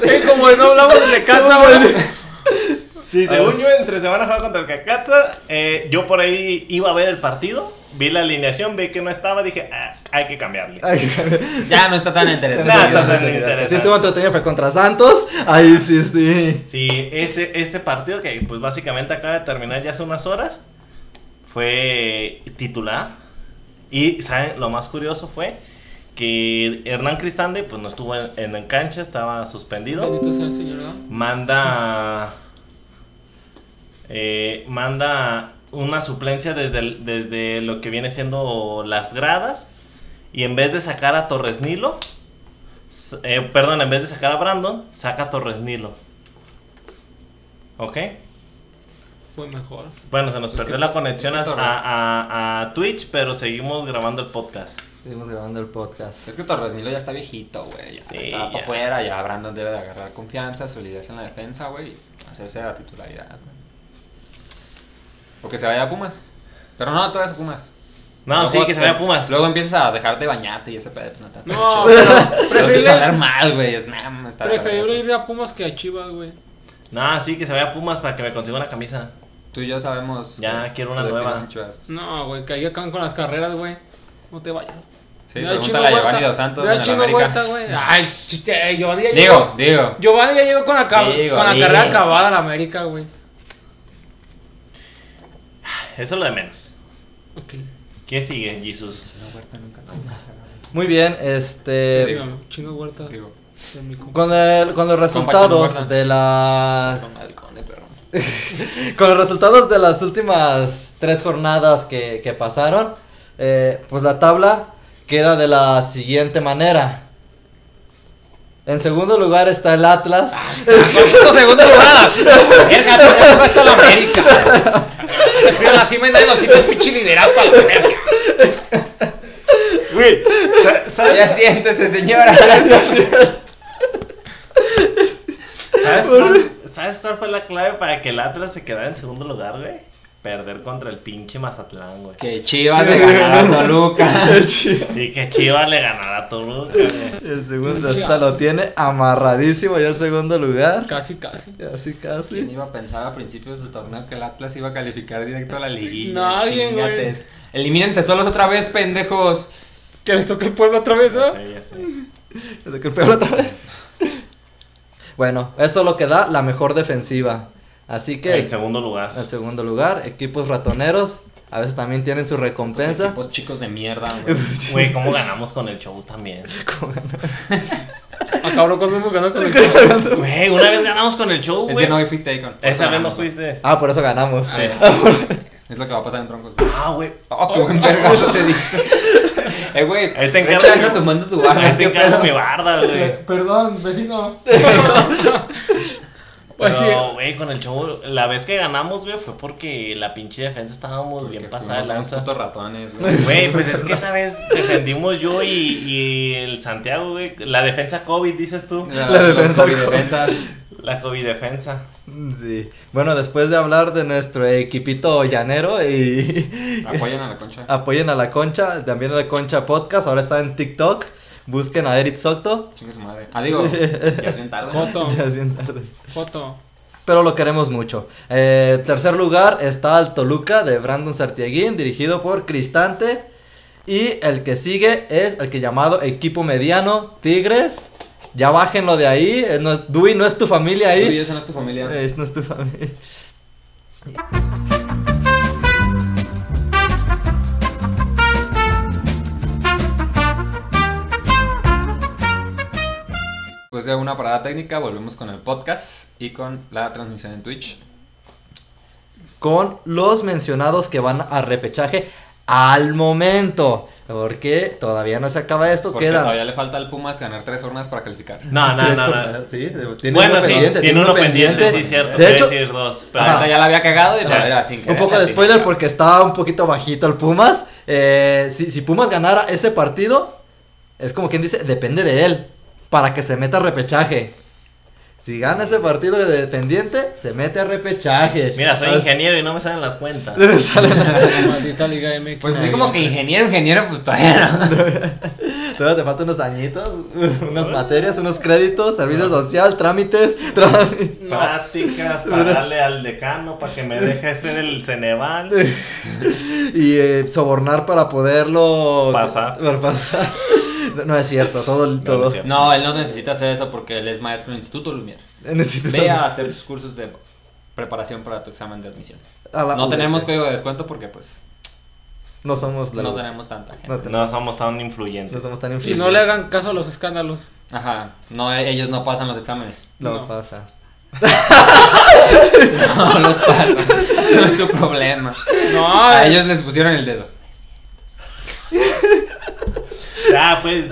Eh, como no hablamos de casa,
No,
güey.
Sí,
A
según
ver.
yo, entre semana juega contra el Cacatza. Eh, yo por ahí iba a ver el partido, vi la alineación, vi que no estaba, dije, "Ah, hay que cambiarle.
Ay, [laughs]
Ya no está tan
Nah,
interesante.
está tan
que
interesante.
sí estuvo entretenido fue contra Santos. Ahí sí, sí.
Sí, este, este partido que pues básicamente acaba de terminar ya hace unas horas, fue titular. Y, ¿saben? Lo más curioso fue que Hernán Cristante pues no estuvo en, en cancha, estaba suspendido.
Bendito sea el Señor, ¿no?
manda eh, manda una suplencia desde, el- desde lo que viene siendo las gradas y en vez de sacar a Torres Nilo s- eh, perdón, en vez de sacar a Brandon saca a Torres Nilo ok
Fue mejor.
bueno, se nos
Pues
perdió
que-
la conexión a,
es que Torres-
a- a- a Twitch, pero seguimos grabando el podcast.
Seguimos grabando el podcast.
Es que Torres Nilo ya está viejito, güey. Ya
Sí,
está
ya.
para afuera, ya Brandon debe de agarrar confianza, solidez en la defensa, güey. y Hacerse la titularidad, güey. O que se vaya a Pumas. Pero no, todavía es Pumas.
No,
Luego
sí, que se
te-
vaya Pumas.
Luego empiezas a dejar de bañarte y ese pedo. pues, No, te hace
No,
chido.
pero
Luego
preferible-
empiezas a hablar mal, güey. Es nada, me está de
Preferible
vergas.
ir a Pumas que a Chivas, güey.
No, sí, que se vaya Pumas para que me consiga una camisa.
Tú y yo sabemos.
Ya,
eh,
quiero una
tu destino
nueva.
sin Chivas.
No, güey, que ahí acaban con las carreras, güey. No te vayas.
Sí,
Mira, Chino
pregúntale a Giovanni
Huerta.
Dos Santos
Mira,
en el
Chino
América.
Huerta, güey. Ay, chiste, eh, Giovanni ya
Digo,
llegó.
digo.
Giovanni ya llegó con la, cab-
Digo,
con la
digo.
carrera acabada a la América, güey.
Eso es lo de menos.
Ok.
¿Qué sigue, Jesus?
Muy bien, este.
Dígame, Chino Huerta.
Eh, Digo.
de mi compa.
Con, el- con los
Chino
resultados
Huerta.
de
Ah.
la.
Con halcón de perro.
Con los resultados de las últimas tres jornadas que, que pasaron, eh, pues la tabla queda de la siguiente manera. En segundo lugar está el Atlas.
Ah,
Segundo segundo lugar. Verga, te puesto la América.
Te pido la cima y nadie nos quita el pinche liderato a la verga.
Güey, sa- ¿sabes,
Ya siéntese, señora.
sabes cuál, sabes cuál fue la clave para que el Atlas se quedara en segundo lugar, güey? Perder contra el pinche Mazatlán, güey.
Que Chivas de ganar a Toluca.
[laughs]
[laughs]
Y que Chivas le ganara a Toluca, güey.
El segundo hasta lo tiene amarradísimo ya el segundo lugar.
Casi, casi.
Así
¿Quién
casi.
iba a pensar a principios del torneo que el Atlas iba a calificar directo a la liguilla?
Nadie, güey.
Chingates. Elimínense solos otra vez, pendejos.
Que les toque el pueblo otra vez,
Ya
¿ah?
sé, ya sé.
Desde que el peor otra vez. Bueno, eso es lo que da la mejor defensiva. Así que
En segundo
Ah,
lugar.
al segundo lugar, equipos ratoneros. A veces también tienen su
Los
recompensa.
equipos chicos de mierda, güey.
[laughs]
[laughs] Güey, ¿cómo ganamos con el show también?
Acabó con mismo ganó con el equipo.
Güey, una vez ganamos con el show,
Es
güey.
que no hoy fuiste ahí con.
Esa vez no
ganamos,
fuiste.
Ah, por eso ganamos.
güey. Sí.
[laughs]
Es lo que va a pasar en troncos.
Ah, güey.
Oh, qué buen vergazo te
[laughs]
diste. Eh, güey.
Ahí te
vete,
encargo.
anda tomando tu
Ahí
barra.
te
qué
encargo
pedo.
mi barda, güey.
Perdón, vecino. [laughs] Pues sí.
Pero, güey, con el show, la vez que ganamos, güey, fue porque la pinche defensa estábamos
Porque
bien pasada de
fuimos unos
lanza.
putos ratones, güey.
[laughs]
[laughs]
Güey, pues es que esa vez defendimos yo y, y el Santiago, güey. La defensa COVID, dices tú.
La,
La
los
defensa
COVID
con-
defensas. [laughs]
La COVID defensa.
Sí. Bueno, después de hablar de nuestro equipito llanero y [laughs]
Apoyan a la concha.
apoyen a la concha, también a la concha podcast, ahora está en TikTok, busquen a Eric Socto.
Chingue su madre. Ah, digo, ya es bien tarde.
Joto,
Ya es bien tarde.
Joto.
Pero lo queremos mucho. Eh, tercer lugar está el Toluca de Brandon Sartiaguín, dirigido por Cristante. Y el que sigue es el que llamado equipo mediano, Tigres. Ya bájenlo de ahí. eh, No, Dui no es tu familia ahí. Eh.
Tú y esa no es tu familia.
Es no es tu familia.
Después de una parada técnica, volvemos con el podcast y con la transmisión en Twitch.
Con los mencionados que van a repechaje al momento. Porque todavía no se acaba esto.
Porque
quedan.
todavía le falta al Pumas ganar tres jornadas para calificar.
No, no,
tres
no, no.
jornadas, sí, tiene
Bueno,
uno
sí,
pendiente,
tiene uno pendiente, sí, cierto.
De
Te
hecho,
voy a decir dos. Pero
Ajá.
Ahorita ya la había cagado y
Ajá.
la era sin querer.
Un poco
la
de
tiene.
spoiler porque está un poquito bajito el Pumas. Eh, si, si Pumas ganara ese partido, es como quien dice, depende de él para que se meta a repechaje. Si gana ese partido de dependiente, se mete a repechaje.
Mira, soy
Así- [laughs]
ingeniero y no me salen las cuentas.
Sale-
[laughs] Maldita Liga MX.
Pues
Eh,
así como que ingeniero, ingeniero, pues
[laughs]
todavía no. [laughs]
Todavía te faltan unos añitos, [laughs] unas materias, unos créditos, servicio social, trámites. [laughs] trámites.
Ah,
Prácticas para darle al decano para que me deje ser el Ceneval.
Y eh, sobornar para poderlo [laughs]
Pasar.
para pasar. No, no es cierto, todo. el-
No, no
todo.
es cierto.
No, él no necesita hacer eso porque él es maestro del Instituto Lumière.
Necesitas-
Ve a hacer tus cursos de preparación para tu examen de admisión.
a la
No
UDG.
tenemos código de descuento porque pues
No somos la
no
U.
tenemos tanta gente.
No
No
tenemos-
somos tan
no
influyentes.
somos tan
Y
influyentes.
no le hagan caso a los escándalos.
Ajá, no, e- ellos no pasan los exámenes.
[laughs] No,
no.
pasa.
No los pasan. [laughs] No es su problema.
No,
A ellos les pusieron el dedo.
Ya,
[laughs]
pues,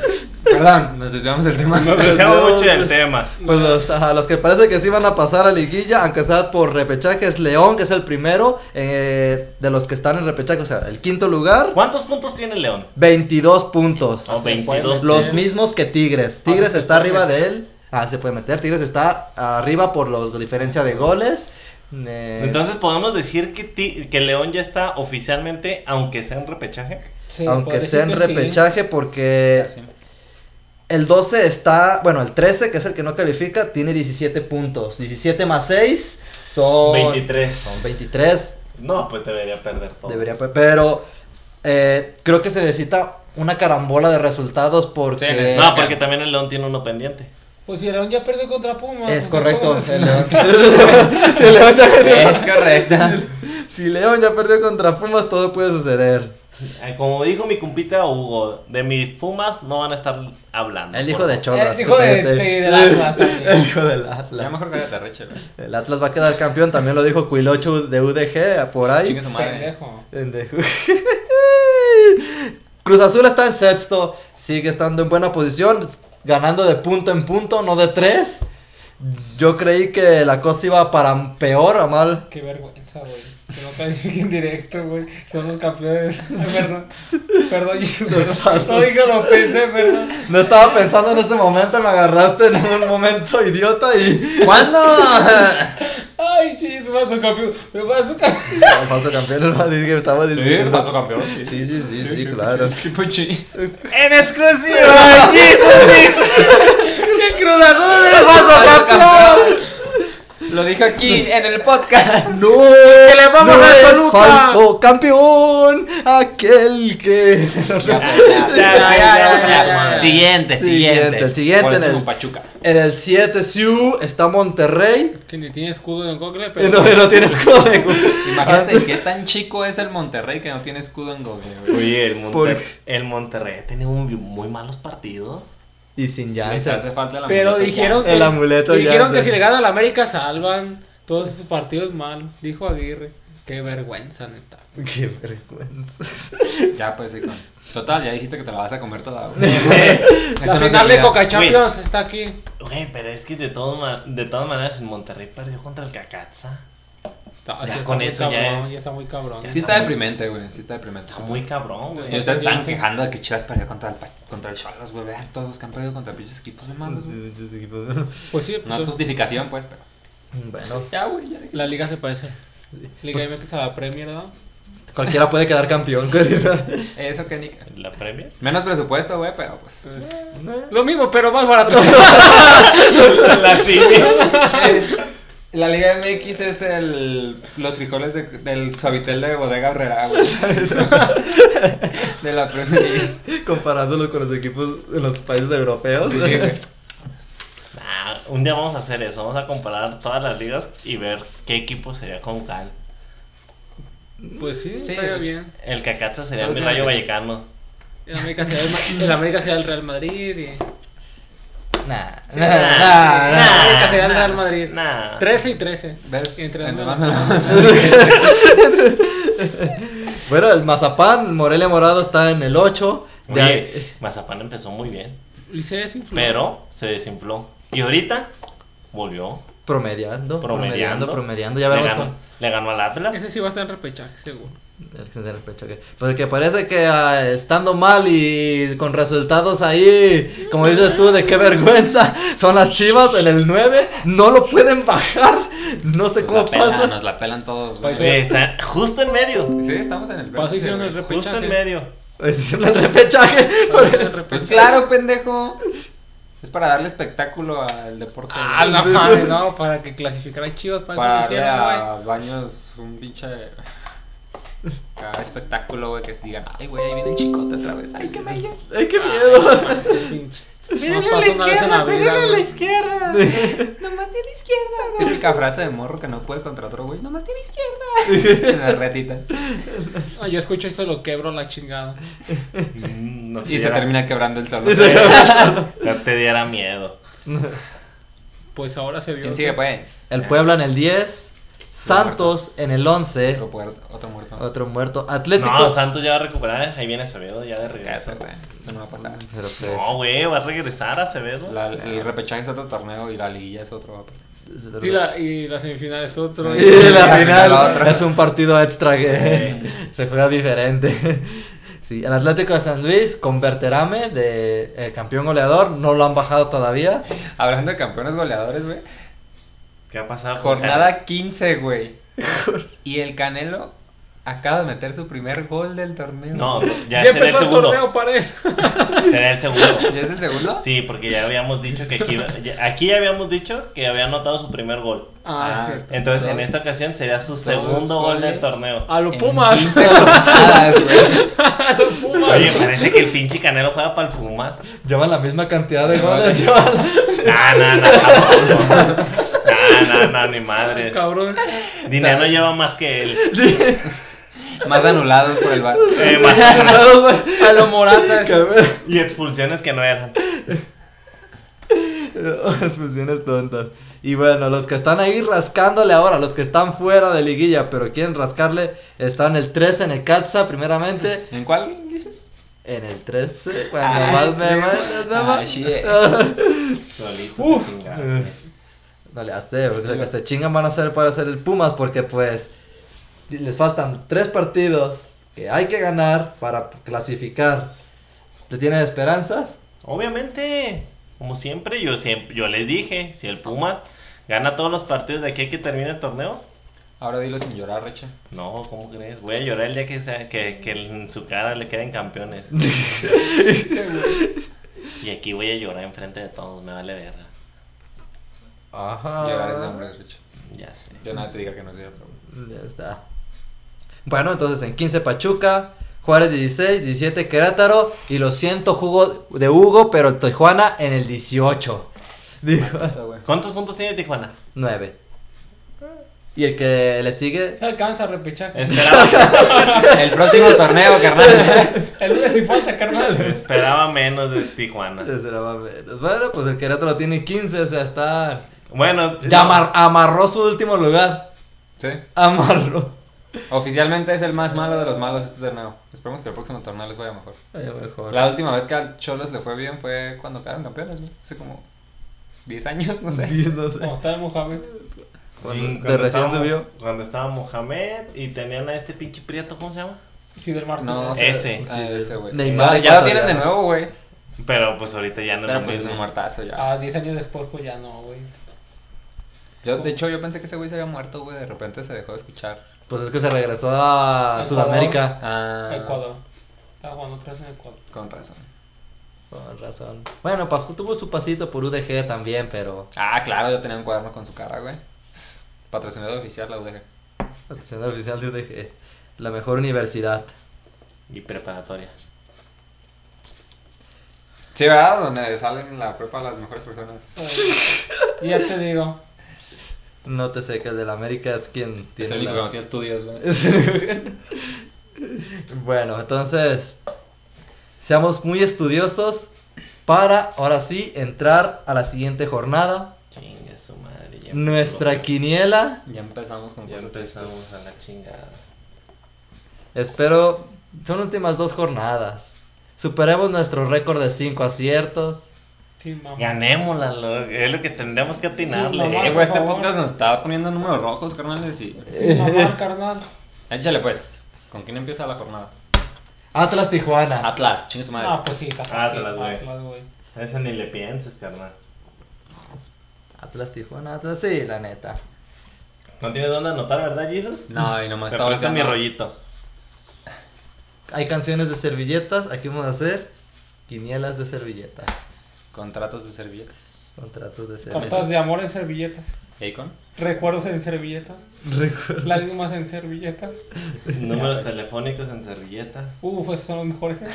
Perdón, nos desviamos del tema.
nos deseamos mucho del tema.
Pues los, ajá, los que parece que sí van a pasar a liguilla, aunque sea por repechaje, es León, que es el primero eh, de los que están en repechaje, o sea, el quinto lugar,
¿Cuántos puntos tiene León?
22 puntos.
Oh, 22.
Los mismos que Tigres.
Ah,
Tigres
se
está
puede
arriba
meter.
de él. Ah, se puede meter. Tigres está arriba por los- la diferencia de goles. Eh,
Entonces podemos decir que, ti- que León ya está oficialmente, aunque sea en repechaje.
Sí,
aunque
podría
sea en
decir que sí.
repechaje, porque
Así.
El 12 está, bueno, el 13, que es el que no califica, tiene 17 puntos. 17 más 6 Son
23.
Son 23.
No, pues debería perder
Oh.
todo.
Debería, pe- pero eh, creo que se necesita una carambola de resultados porque...
Sí, necesita-
No, porque también el León tiene uno pendiente.
Pues si el León ya perdió contra Pumas.
Es
pues,
correcto,
[laughs] ¿cómo se-
el León. [laughs] Si el León
[laughs]
ya perdió-
Es correcta.
Si León ya perdió contra Pumas, todo puede suceder.
Eh, Como dijo mi compita Hugo, de mis Pumas no van a estar hablando.
El
por
hijo de
favor.
Cholas.
El hijo de-
cállate.
de-
[laughs]
del Atlas también.
El hijo del
Ya
Atlas.
mejor cállate, Reche. güey.
El Atlas va a quedar campeón, también lo dijo Cuilocho de UDG por ahí.
Chingue su madre.
Pendejo.
Pendejo. [laughs] Cruz Azul está en sexto, sigue estando en buena posición, ganando de punto en punto, no de tres. Yo creí que la cosa iba para peor a mal.
Qué vergüenza, güey. Que no califiquen directo, güey. Son los campeones. [laughs] Ay, perdón. Perdón, Jesús.
pasos.
No digo lo pensé, perdón.
No estaba pensando en ese momento, me agarraste en un momento idiota y. [laughs] ¿Cuándo?
Ay, chis, va su campeón. Me va su campeón. [laughs]
falso campeón, el Madrid que estaba diciendo.
campeón.
Sí, sí, sí, sí, claro.
Sí, pues, sí.
¡En
[laughs]
exclusiva! ¡Jesus!
¡Qué cruda, no!
¡El falso campeón! Lo dije aquí en el podcast.
¡No! ¡Que
le vamos
no
al
es
Toluca!
falso campeón! Aquel que.
Siguiente,
Siguiente, el siguiente
Por
en
eso
el-
con Pachuca.
En el 7 Siu está Monterrey.
Que ni tiene escudo en Google,
Y
pero.
[laughs] no, no tiene escudo de gol.
Imagínate qué tan chico es el Monterrey que no tiene escudo en Google. güey.
Oye, el,
Por-
Monterrey el Monterrey ha tenido un- muy malos partidos.
Y sin
Les
llanza.
hace falta la
Pero
muleta ya.
dijeron
El amuleto ya,
dijeron que
sí.
si le gana a la América salvan todos sus partidos malos, dijo Aguirre. Qué vergüenza, neta.
Qué vergüenza.
Ya, pues sí, con- Total, ya dijiste que te [laughs] la vas a comer toda. güey. Eso
La
no se
final de
olvida.
Coca Champions está aquí.
Güey, pero es que de, todo ma- de todas maneras el Monterrey perdió contra el Cacatza.
No,
Ya
sí está
con
muy
eso ya
cabrón,
es.
está muy cabrón.
Sí está deprimente, güey. Sí está deprimente.
Está muy cabrón, güey.
Y ustedes están
Sí.
quejando de que Chivas perdió contra el, pa- contra el Cholos, güey. Vean todos los que han perdido contra pinches equipos de malos, güey.
Pues sí,
No es
pues,
justificación, pues, pero.
Bueno,
Ya, güey, ya.
la liga se parece. Liga
Pues-
MX a la Premier, ¿no?
cualquiera puede quedar campeón.
Eso que ni.
¿La Premier? [laughs]
Menos presupuesto, güey, pero pues.
Pues, lo mismo, pero más barato.
La Cine.
Es- La Liga MX es el, los frijoles de- del suavitel de Bodega Herrera,
[laughs]
güey. [laughs] De la Premier League.
[laughs] Comparándolo con los equipos de los países europeos.
Sí, güey.
Nah, un día vamos a hacer eso. Vamos a comparar todas las ligas y ver qué equipo sería con cal.
Pues sí,
Sí.
estaría bien.
El Cacatza sería mi
Entonces,
rayo
sí.
vallecano.
El América será el, Ma- el América será el Real Madrid y.
Nah, nah,
nah,
nah,
el
nah.
América será el
nah,
Real Madrid.
nah.
13 y 13.
¿Ves?
Y entre
Entre
ambos.
más me la-
Bueno, el Mazapán, Morelia Morado está en el 8. De
Oye,
ahí-
Mazapán empezó muy bien,
Y se desinfló.
pero se desinfló. Y ahorita volvió
promediando,
promediando.
promediando, promediando. Ya
le
veremos
ganó, le ganó al Atlas.
Ese sí va a estar en repechaje, seguro.
con- el que se da el pecho, que- Porque parece que ah, estando mal y con resultados ahí, como dices tú, de qué vergüenza, [laughs] son las chivas en el 9, no lo pueden bajar. No sé
Nos
cómo
la pelan,
pasa.
Nos la pelan todos, güey.
Paisa.
Oye, está justo en medio.
Sí, estamos en el
Paso
verde,
hicieron el
güey.
repechaje.
Justo en medio.
[laughs] Pues, hicieron el
[laughs]
repechaje.
[laughs]
Va a estar en repechaje.
Pues claro, pendejo. Es para darle espectáculo al deporte.
Ah,
güey.
no mames, no, para que clasificara Chivas para,
Para
eso lo
darle
hicieron,
a
güey.
baños un pinche. [laughs] cada espectáculo, güey, que digan, ay, güey, ahí viene el chicote otra vez. Ay, qué bello.
Ay, qué miedo. [laughs]
[laughs] Pinche. Eso No pasa una vez en la vida, güey.
izquierda. Nomás tiene izquierda, güey. Típica frase de morro que no puede contra otro güey. Nomás tiene izquierda. En las retitas.
Ah, yo escucho esto y lo quebro la chingada.
Mm, no te
Y se
diera-
termina quebrando
[laughs]
el salón.
Y se-
[laughs] No te diera miedo.
Pues ahora se vio.
¿Quién sigue, pues?
El Puebla en el 10, Santos en el 11.
Otro, puerto, otro muerto.
Otro muerto.
No,
Atlético.
Santos ya va a recuperar. Ahí viene Acevedo ya de regreso.
Cállate, güey. Eso no va a pasar.
Pero pues,
No, güey, va a regresar Acevedo.
La- el repechaje es otro torneo y la liguilla es otro. güey.
es
Y
verdad.
la, y la semifinal es otro.
Y la,
la
final
final otra.
es un partido extra que [laughs] se juega diferente. Sí, el Atlético de San Luis con Berterame de eh, campeón goleador, no lo han bajado todavía.
Hablando de campeones goleadores, güey.
¿Qué ha pasado? con
Jornada 15, güey. Y el Canelo acaba de meter su primer gol del torneo.
No, ya
ya
será el
empezó el torneo
segundo.
para él.
Será el segundo.
¿Ya es el segundo?
Sí, porque ya habíamos dicho que aquí, iba- ya- aquí ya habíamos dicho que había anotado su primer gol.
Ah,
Ah,
es cierto.
Entonces en
Dos.
esta ocasión sería su
Dos
segundo gol
goles.
del torneo.
A los
En
Pumas. [laughs]
15 jornadas, güey.
A los Pumas.
Oye, parece que el pinche Canelo juega para el Pumas.
Llevan la misma cantidad de goles.
Vale.
llevan la-
Nah, nah, nah, cabrón. Nah, nah, nah, ni madre.
Ah, Cabrón.
Dinero lleva más que él.
Más anulados por el bar.
Eh,
[laughs]
más-
A los Moratas.
Que-
y expulsiones que no eran.
[laughs] Expulsiones tontas. Y bueno, los que están ahí rascándole ahora, los que están fuera de liguilla, pero quieren rascarle, están el 13 en el Catza, primeramente.
¿En cuál dices?
En el 13, cuando
Ah,
Pues, más me
sí,
mandas,
ah,
mamá.
shit.
Solito.
Uf.
Eh, No le hace, porque los que se chingan van a hacer para hacer el Pumas, porque pues les faltan tres partidos que hay que ganar para clasificar. ¿Te tienes esperanzas?
Obviamente, como siempre, yo siempre, yo les dije, si el Puma gana todos los partidos de aquí a que termine el torneo,
Ahora dilo sin llorar, Recha.
no, ¿cómo crees? Voy a llorar el día que sea, que, que en su cara le queden campeones. y aquí voy a llorar enfrente de todos, me vale verga.
Ajá.
Llorar es hombre, Recha.
Ya sé.
Yo nada te diga que no soy otro. güey.
Ya está. Bueno, entonces en 15 Pachuca, Juárez 16, 17 Querétaro y los 100 jugo de Hugo, pero el Tijuana en el 18. [laughs] Dijo
Pero, güey.
¿Cuántos puntos tiene Tijuana?
9. Y el que le sigue
Se alcanza a repechaje.
Esperaba,
[laughs]
El próximo torneo, carnal.
El lunes sin falta,
[laughs]
carnal.
esperaba menos de Tijuana.
Ese era más o menos. Bueno, pues el Querétaro tiene 15, o sea, está.
Bueno,
Ya amar- amarró su último lugar.
Sí.
Amarró.
Oficialmente es el más malo de los malos este torneo. Esperemos que el próximo torneo les vaya mejor.
Ay, mejor.
La última vez que al Cholos le fue bien fue cuando quedaron campeones, güey. Hace como 10 años, no
[laughs]
sé.
Sí, no sé.
Como está Mohamed.
Cuando-
Mm,
de recién
estaba-
subió.
Cuando estaba Mohamed y tenían a este pinche prieto, ¿cómo se llama?
Fidel Martínez.
No,
sé.
sé.
Ese.
Ah, ese, güey.
Neymar,
ya lo tienen
Pato,
de
ya.
nuevo, güey.
Pero pues ahorita ya no
Pero
lo
pues es un
mismo.
muertazo ya.
Ah, 10 años después, pues ya no, güey.
Yo, de hecho, yo pensé que ese güey se había muerto, güey. De repente se dejó de escuchar.
Pues es que se regresó a
Ecuador.
Sudamérica.
Ah,
Ecuador. Estaba jugando tres en Ecuador. [laughs]
Con razón.
Con razón. Bueno, pasó, tuvo su pasito por UDG también, pero.
Ah, claro, yo tenía un cuaderno con su cara, güey. Patrocinador oficial, la UDG.
Patrocinador oficial de UDG. La mejor universidad.
Y preparatoria.
Sí, ¿verdad? Donde salen en la prepa las mejores personas.
Y ya te digo,
No te sé que el de la América es quien
Es
tiene.
el único que
la-
no tiene estudios, güey.
[laughs] bueno, entonces, seamos muy estudiosos para ahora sí entrar a la siguiente jornada.
Chinga su madre. ya
Nuestra
empezó.
quiniela,
Ya empezamos con
Ya
cosas
empezamos a
tristes.
la chingada.
espero, son últimas dos jornadas. Superemos nuestro récord de 5 aciertos.
Team Mama.
Ganémosla, lo- es lo que tendremos que
Sí, mamá.
atinarle.
Eh, güey, este
Por favor.
podcast nos está poniendo números rojos, carnales, y...
Sin mamar, carnal.
Échale, pues. ¿Con quién empieza la jornada?
Atlas Tijuana.
Atlas, chingue su madre.
Ah, pues sí, está fácil.
Atlas, güey.
Atlas, güey.
Ese ni le pienses, carnal.
Atlas Tijuana, Atlas, sí, la neta.
No tienes dónde anotar, ¿verdad, Jesus?
No, y nomás
Te
está
presto mi
volteando.
rollito. [laughs]
Hay canciones de servilletas, aquí vamos a hacer quinielas de servilletas.
Contratos de servilletas.
Contratos de [laughs] servilletas.
Cartas de amor en servilletas.
¿Icon?
Recuerdos en servilletas. Lágrimas en servilletas.
Números telefónicos en servilletas.
Uf, esos son los
[laughs]
mejores. ¿eh?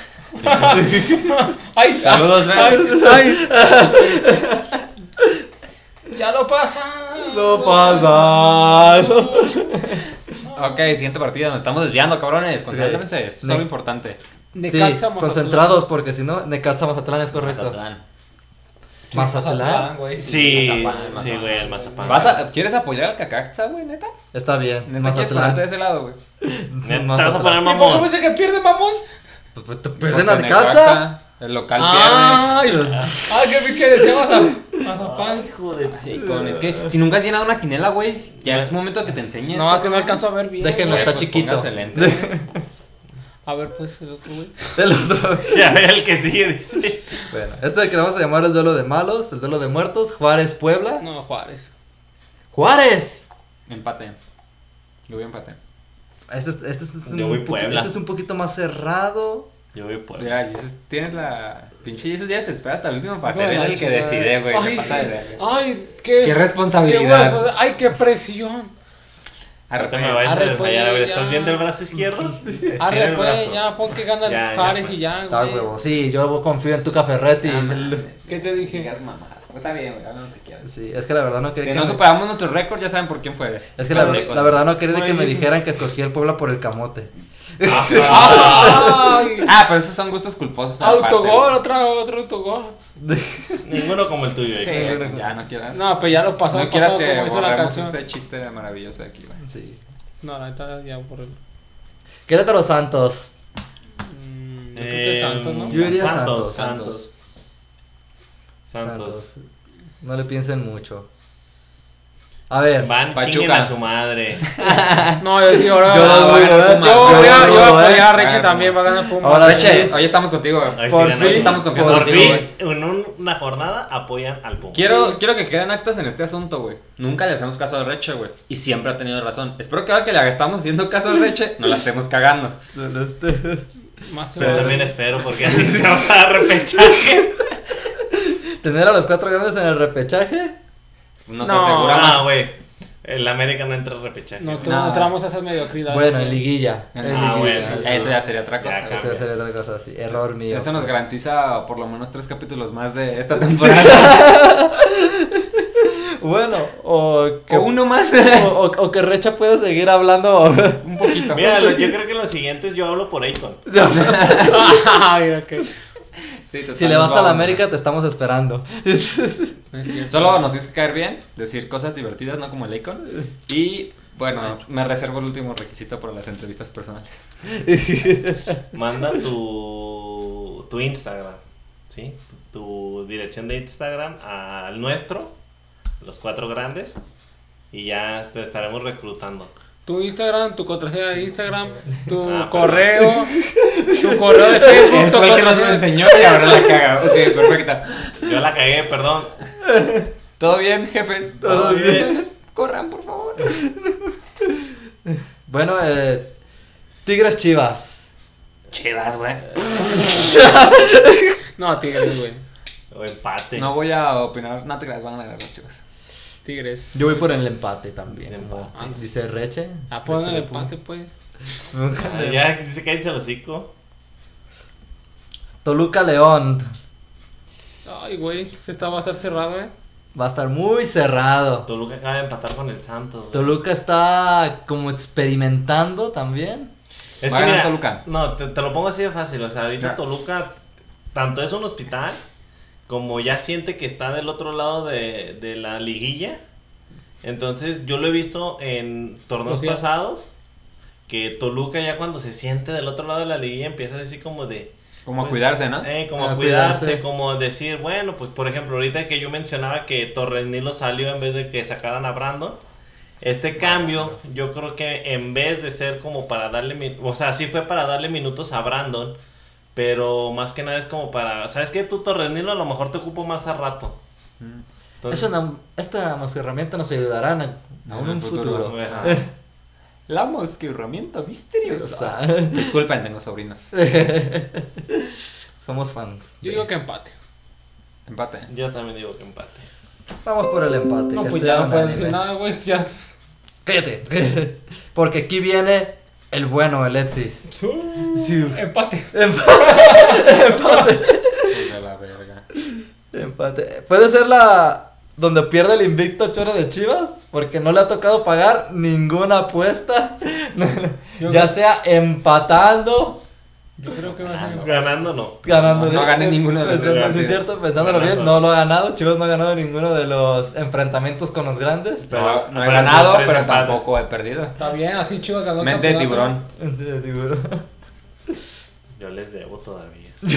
ay,
Saludos, Ben.
ay, ay. Ya lo pasa.
No pasa.
Ok, siguiente partida. Nos estamos desviando, cabrones. Concéntrense. Esto es
Ne-
algo importante.
Sí,
Necaxa, Mazatlán.
concentrados porque si no, Necaxa Mazatlán es correcto. Ah.
Mazatlán.
Sí,
Mazatlán.
güey.
Sí,
Mazapán,
sí,
Mazapán.
güey, el mazapán.
¿Vas a- ¿Quieres apoyar al Cacaxa, güey, neta?
Está bien,
¿Neta quieres
Mazatlán.
ponerte de ese lado, güey?
Neta,
Mazatlán.
¿Te vas a poner
¿Y por qué
mamón?
dice que pierde, mamón?
Pues, pues, ¿tú pierden
Porque
a Necaxa?
Necaxa, El local
Ah,
pierdes.
Ah, que vi que decía Maza- Mazapán.
Hijo de...
Icon, es que si nunca has llenado una quinela, güey, ya es momento que te enseñes. Pues
No, es que no alcanzo a ver bien.
Déjenlo,
güey.
está chiquito.
Excelente.
A ver, pues, el otro, güey.
El otro.
[laughs] Ya ver el que sigue, dice.
Bueno, este que le vamos a llamar el duelo de malos, el duelo de muertos, Juárez Puebla.
No, Juárez.
¡Juárez!
Empate. Yo voy a empate.
Este, es- este es- este es
Yo voy
un poqui-
Puebla.
este es un poquito más cerrado.
Yo voy por.
Mira, Jesus, tienes la. Pinche Jesus ya se espera hasta el último para
Hijo
ser
de
él
Ah, la
el que
chingada.
decide, güey. se
Ay,
pasa
sí.
de verga.
Ay, qué.
Qué responsabilidad.
qué buena cosa. Ay, qué presión.
Arre,
Ahorita me
pues.
vais a
Arre,
desmayar. A ver,
pues, ya.
¿estás bien del brazo izquierdo? [laughs] Estira
Arre,
el
pues,
brazo.
ya, pon que gana
Ya,
el
ya,
Juárez
pues.
y ya,
Está
güey.
huevo. Sí, yo confío en tu Ferretti.
Ah, mames,
¿Qué te
güey,
dije?
digas mamadas. Pues Está bien, güey, habla lo que quieras.
Sí, es que la verdad no quería
Si
que
no
me-
superamos nuestro récord, ya saben por quién fue.
Es que la,
Pendejos.
la verdad no quería de que me
Buenísimo.
dijeran que escogí el Puebla por el camote. [laughs]
Ajá.
Ay,
Ah, pero esos son gustos culposos. aparte,
autogol,
güey.
otra, otro autogol.
Ninguno como el tuyo. eh,
Sí.
Héctor.
otro-
Ya no quieras.
No, pues ya lo pasó.
no
pasó,
quieras
como
que
hizo la
borremos
canción.
este chiste de maravilloso de aquí, güey.
[laughs] Sí.
No, la neta, ya por el.
Querétaro Santos.
Mm, yo creo que
Eh,
Santos, ¿no?
yo diría
Santos.
Santos.
Santos. Santos.
No le piensen mucho. A ver.
Van,
Pachuca.
chinguen a su madre.
No, yo sí, ahora.
Yo
ahora
doy,
va a ganar
¿verdad? Yo
Pumas. Yo voy a-
doy,
yo voy a
¿verdad?
apoyar a Reche
Ganar
también, va a
Pumas.
ganar Pumas.
Ahora
Reche,
sí.
hoy estamos contigo, güey.
Ahí sí
Por
ganó.
fin.
Estamos confiando
Por
en ti,
fin, en un- una jornada apoyan al Puma.
Quiero,
Sí.
quiero que queden actos en este asunto, güey. Nunca le hacemos caso al Reche, güey. Y siempre ha tenido razón. Espero que ahora que le estamos haciendo caso al Reche, no la estemos cagando.
No, no, este- [laughs]
Más te
Pero
vale.
también espero, porque así se vamos a repechar.
Tener a los cuatro grandes en el repechaje.
Nos
No.
asegura
Ah,
más.
güey. El América no entra a repechaje.
No,
Nada.
no entramos a esas mediocridades.
Bueno,
[laughs]
en liguilla.
Ah,
En liguilla.
bueno,
eso-
Eso ya sería otra cosa.
Ya,
güey.
Eso sería otra cosa así. Error mío.
Eso nos
pues.
garantiza por lo menos tres capítulos más de [laughs] esta temporada.
Bueno, o que,
o uno más.
o, [laughs] o- o que Recha pueda seguir hablando.
[laughs]
[laughs]
un poquito.
Mira, lo- yo creo que los siguientes yo hablo por Akon.
[laughs] Ah, mira que.
Sí,
[laughs]
total,
si le vas a la
vamos.
América, te estamos esperando. [laughs]
No es cierto.
Solo nos tienes que caer bien, decir cosas divertidas, no como el [laughs] Icon. Y bueno, me reservo el último requisito para las entrevistas personales. [laughs]
Manda tu, tu Instagram, ¿sí? Tu, tu dirección de Instagram al nuestro, los cuatro grandes, y ya te estaremos reclutando.
Tu Instagram, tu contraseña de Instagram, tu
Ah, pero-
correo, tu
[laughs]
correo de Facebook,
[laughs] Él
tu
fue el que nos
contraseña-
enseñó y ahora la caga. Ok, perfecta.
Yo la cagué, perdón.
¿Todo bien, jefes?
Todo
bien.
[laughs] Corran, por favor.
bueno, eh, Tigres Chivas.
Chivas, güey.
No, Tigres, güey.
O empate.
No voy a opinar, no te creas, van a ganar los chivas.
Tigres.
Yo voy por el empate también.
El
como
empate.
Dice Reche.
Ah, pongan
Reche
el
le puso.
empate, pues.
Ah, ya dice que el hocico.
Toluca León.
Ay, güey, se está, va a estar cerrado, eh.
Va a estar muy cerrado.
Toluca acaba de empatar con el Santos. güey.
Toluca está como experimentando también.
Es
Va
que
a ganar
mira,
Toluca.
No, te, te lo pongo así de fácil. O sea, ahorita
Ya.
Toluca tanto es un hospital como ya siente que está del otro lado de, de la liguilla. Entonces, yo lo he visto en torneos
Ojo.
pasados que Toluca ya cuando se siente del otro lado de la liguilla empieza así como de...
Como a
pues,
cuidarse, ¿no?
eh, como
A
a cuidarse,
cuidarse.
como decir, bueno, pues por ejemplo, ahorita que yo mencionaba que Torres Nilo salió en vez de que sacaran a Brandon, este cambio, yo creo que en vez de ser como para darle, mi- o sea, sí fue para darle minutos a Brandon, pero más que nada es como para, ¿sabes qué? Tú Torres Nilo a lo mejor te ocupo más a rato.
Mm.
Entonces,
Eso no- esta herramienta nos ayudarán a, a un, futuro.
Ajá.
[laughs] La mosca herramienta misteriosa.
Misteriosa.
Disculpen, tengo sobrinos.
[laughs] Somos fans.
Yo digo que empate.
Empate.
yo también digo que empate.
Vamos por el empate.
No,
que
pues
sea
ya no puedes decir
unánime.
nada, güey. Ya.
Cállate. [laughs] Porque aquí viene el bueno, el Etsis. [laughs] Sí.
Empate.
Hijo de la verga.
Empate. ¿Puede ser la donde pierde el invicto Choro de Chivas? Porque no le ha tocado pagar ninguna apuesta. [laughs]
Yo-
ya sea empatando,
Yo creo que va a ser empate.
Ganando no.
ganando.
No, no gané ninguno de los
Pues,
dos.
sí, es cierto, pensándolo bien,
Ganando.
no lo ha ganado. Chivas no ha ganado ninguno de los enfrentamientos con los grandes. [laughs]
Pero-
no, no he
pero
ganado,
son tres
pero
empates.
tampoco he perdido.
Está bien, así Chivas ganó. el
Mente de
campeonato.
tiburón. [laughs]
Digo,
Yo les debo todavía.
No,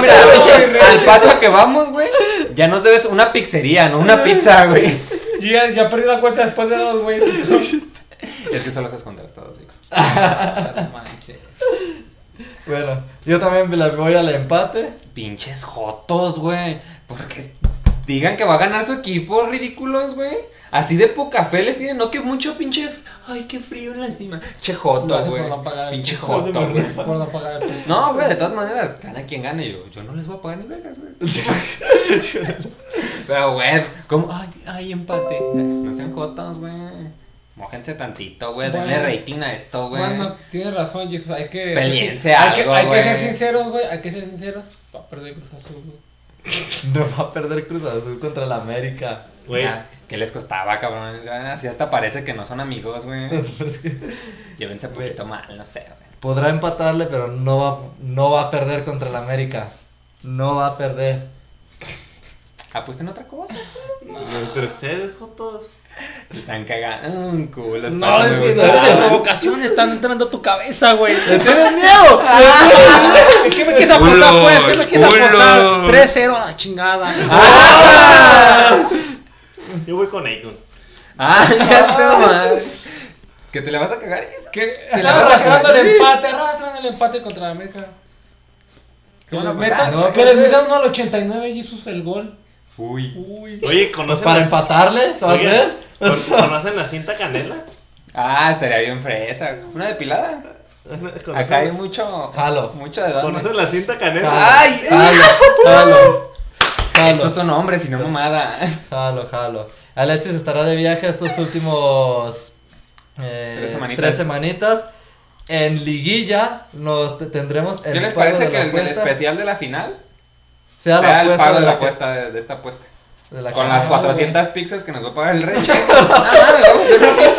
mira, Reche, al paso que vamos, güey. Ya nos debes una pizzería, no una pizza, güey.
Yo Ya, ya perdí la cuenta después de dos, güey.
Es que solo estás contrastados, hijo.
No manches.
Bueno, yo también me la voy al empate. [laughs]
Pinches jotos, güey. Porque Digan que va a ganar su equipo, ridículos, güey. Así de poca fe les tienen, no que mucho pinche. Ay, qué frío en la encima. Pinche
Lo
joto,
hacen
güey.
por no pagar el
Pinche
equipo.
joto, güey.
Por no pagar el precio.
No, güey, de todas maneras, gana quien gane. Yo, yo no les voy a pagar ni vergas,
[laughs]
güey. Pero, güey, como, ay, ay, empate. No sean jotos, güey. Mójense tantito, güey. Denle
Bueno.
rating a esto, güey.
Bueno, tienes razón, Jesus. Hay que.
Peleense
hay que,
algo,
hay que ser
güey.
sinceros, güey. Hay que ser sinceros. Va a perder Cruz Azul, güey.
No va a perder Cruz Azul contra el América.
Güey,
Ya, ¿Qué les costaba, cabrón? O sea, Así hasta parece que no son
[laughs]
amigos, güey.
[laughs]
Pero es que
Llévense un
Güey.
poquito mal, no sé, güey.
Podrá empatarle, pero no va, no va a perder contra el América. No va a perder.
Apuesten otra cosa.
entre ustedes, jotos.
Están cagando un culo. los
No,
pasos me Ah.
pues,
gustaron.
no,
Las provocaciones están entrando a tu cabeza, güey.
¡Le tienes miedo!
¿Qué me quieres aportar,
Culo,
pues? ¿Qué me quieres
culo. Ah.
aportar? 3-0 a la chingada.
Yo voy con Akon.
Ah, ya se va. Que te la vas a cagar. Isa?
Que
la
están
vas a
arrastrando el
perder.
empate, arrastran el empate contra la América. Que
Bueno,
les
pues,
metan,
ah, no,
que
pues,
les
eh.
metan uno al 89 Jesus el gol.
Uy.
Uy.
Oye, ¿conocen,
[laughs] Pues
este
¿Para
la-
empatarle? ¿Se va a
Oigan,
hacer?
¿con- ¿conocen la cinta canela? [laughs]
Ah, estaría bien fresa. Una depilada.
¿Conocen-
Acá hay mucho.
Jalo.
Mucho de
¿Conocen
dónde.
la cinta canela?
Ah.
Ay.
[laughs] Jalo, jalo. Jalo,
Esos son hombres y no mamadas.
jalo, jalo. Alexis estará de viaje estos últimos eh,
Tres semanitas.
tres semanitas. En liguilla nos te- tendremos el
¿Qué les
pago
parece
de
que
la
el, el
apuesta,
especial de la final
sea, la
sea el
apuesta
pago
de
de la
la que-
apuesta de, de esta apuesta?
de la
Con
que-
las
Ah,
400 pizzas que nos va a pagar
[laughs]
el reche. Ah,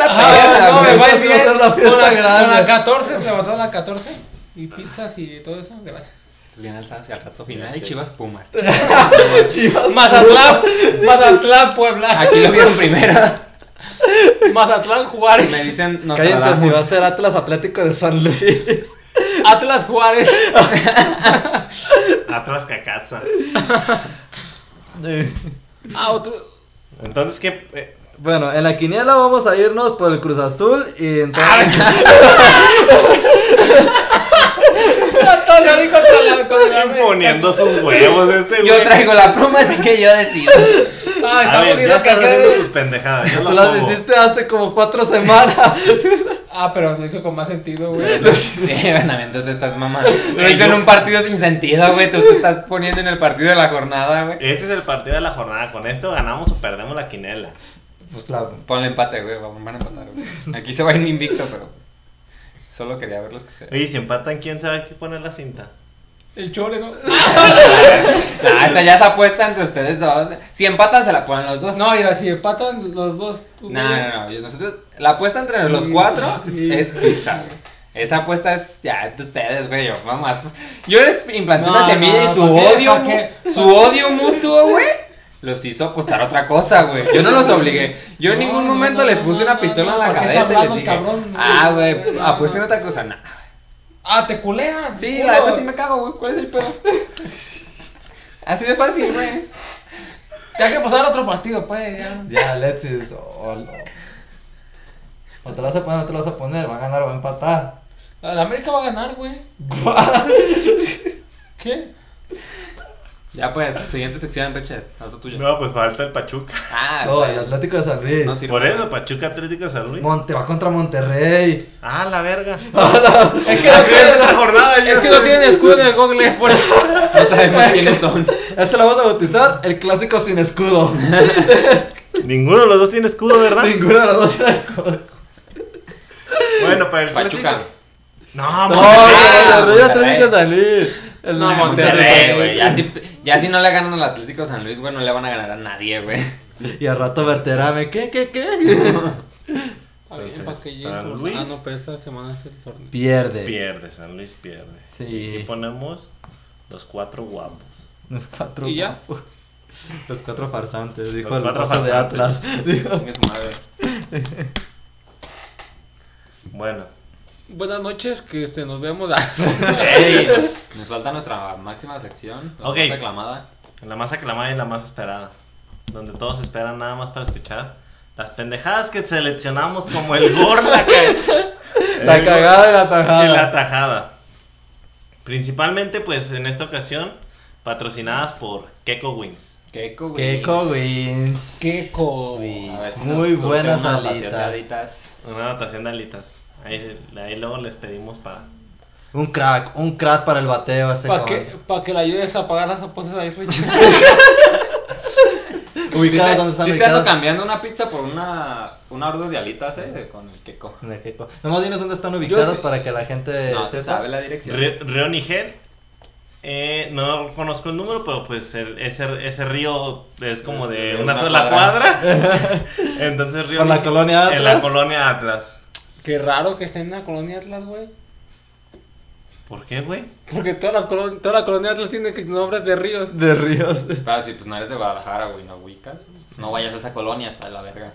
mames, vamos a hacer una fiesta perra, [laughs]
Ah, no,
güey.
me va a decir
Entonces,
hacer la fiesta
Con la, con la
grande.
14, se levantó la 14. Y pizzas y todo eso, gracias.
Bien alzados y al rato final.
Ya sé.
Chivas Pumas. [laughs]
Chivas,
Mazatlán, Mazatlán, Puebla.
Aquí lo vieron primero.
Mazatlán, Juárez.
Me dicen
Cállense si va a
Nostradamus.
ser Atlas Atlético de San
[laughs]
Luis.
Atlas, Juárez.
Atrás cacatza.
Ah, otro.
Entonces, ¿qué? Eh,
bueno, en la quiniela vamos a irnos por el Cruz Azul y entonces...
Ah,
Antonio dijo contra la- contra la
poniendo sus huevos este
[laughs]
güey.
Yo traigo la pluma, así que yo
[laughs]
decido.
Ah,
A
estamos
ver,
viendo
ya
que
están
acá- eh.
haciendo sus pendejadas. Yo
Tú
lo
las
pongo.
hiciste hace como cuatro semanas. [laughs]
Ah, pero lo hizo con más sentido, güey.
Sí, Benavente, tú te estás mamando. Lo hizo en un partido sin sentido, güey. Tú te estás poniendo en el partido de la jornada, güey.
Este es el partido de la jornada. Con esto ganamos o perdemos la quinela.
Pues la...
Ponle empate, güey. Van a empatar, güey. Aquí se va a ir mi invicto, pero. Solo quería ver los que [laughs] se.
Oye, si empatan, ¿quién sabe qué poner la cinta?
El chore, ¿no?
Ah, Nah, Ah, esa ya se apuesta entre ustedes dos. Si empatan, se la ponen los dos.
No, mira, si empatan los dos, tú.
No,
güey.
no, no. yo- Nosotros, la apuesta entre los
Sí,
cuatro
sí.
es pizza, güey. Esa apuesta es ya de ustedes, güey. Yo, mamás. Yo les implanté
No,
una semilla
no,
y su
¿pa' qué?
odio,
¿pa'
mu-
qué?
su odio mutuo, güey. Los hizo apostar otra cosa, güey. Yo no los obligué. Yo en
No,
ningún
no,
momento
no,
les
no,
puse
no,
una
no,
pistola en la
¿por qué
cabeza y les
hablamos,
dije,
cabrón?
ah, güey,
No, no,
apuesten
no.
otra cosa. Nah.
Ah, te culeas.
Sí,
culo.
la neta sí me cago, güey. ¿Cuál es el
[laughs]
pedo? Así de fácil, güey.
Ya que pasar otro partido, pues. Ya.
Ya, Alexis, o, o- o te lo vas a poner o te lo vas a poner, va a ganar o va a
[laughs]
empatar.
La América va a ganar, güey. ¿Qué?
Ya pues, siguiente sección, Richard. Hazlo tuyo.
No, pues falta el Pachuca.
Ah,
No,
güey.
el Atlético de San Luis.
No sirve.
Por eso, Pachuca Atlético de San Luis.
Monte, va contra Monterrey. [laughs]
Ah, la verga.
Es que no
La
tienen,
la jornada. yo
es que no
estoy-
tienen escudo en el Google. Por eso.
No sabemos quiénes [laughs] son.
Este lo vamos a bautizar el clásico sin
[laughs]
escudo. [laughs]
Ninguno de los dos tiene escudo, ¿verdad?
Ninguno de los dos tiene escudo.
Bueno, para el
Pachuca.
clásico. No,
No,
Monterrey.
el Monterrey
Monterrey.
Atlético de San Luis. El
No,
Monterrey, güey. Ya si, ya si no le ganan al Atlético San Luis, güey, no le van a ganar a nadie, güey.
Y al rato Verterame, ¿qué, qué,
[laughs]
qué?
A ver,
Entonces,
para que llegue.
San
Cruz-
Luis.
Ah, no, pero esta semana es el torneo.
Pierde.
Pierde, San Luis pierde.
Sí.
Y ponemos los cuatro guapos.
Los cuatro.
¿Y ya?
[laughs] Los cuatro farsantes, dijo
Los
el
cuatro
paso de Atlas.
farsantes. [laughs]
Dijo,
Chingue su madre.
Bueno,
Buenas noches, que este, nos [laughs] vemos.
Ey, Nos falta nuestra máxima sección. La
Ok.
más aclamada.
la más aclamada y la más esperada. Donde todos esperan nada más para escuchar las pendejadas que seleccionamos como el gol,
[laughs]
la, ca-
La
el
cagada y la
gol
tajada.
y la tajada. Principalmente, pues en esta ocasión, patrocinadas por Keko Wings.
Keiko, güey.
Keiko Wins.
Keiko.
A ver si nos
Muy
surte
buenas
una natación de
alitas.
alitas.
Una natación de alitas. Ahí, ahí luego les pedimos para.
Un crack, un crack para el bateo ese
Para que,
cabrón.
pa' que le ayudes a apagar las apuestas ahí, Richard.
Ubicados
Sí te-
donde están
sí te ando
ubicados.
cambiando una pizza por una, una orden de alitas, eh, de- con el Keiko.
De Keiko. Nomás dinos dónde están ubicadas
sé-
para que la gente
No se
sepa.
sabe la dirección.
Río, río Niger. Eh, no conozco el número, pero pues el- ese, ese río es como
Es
de
de
una,
una
sola cuadra.
cuadra.
Entonces río
Por la
Níger-
colonia
En
Atlas.
la colonia Atlas.
Qué raro que esté en la colonia Atlas, güey.
¿Por qué, güey?
Porque todas las colon- toda la colonia Atlas tiene que- nombres de ríos.
De
[laughs]
Ríos.
Pero si pues no eres de Guadalajara, güey, no ubicas. pues, no vayas a esa colonia hasta la verga.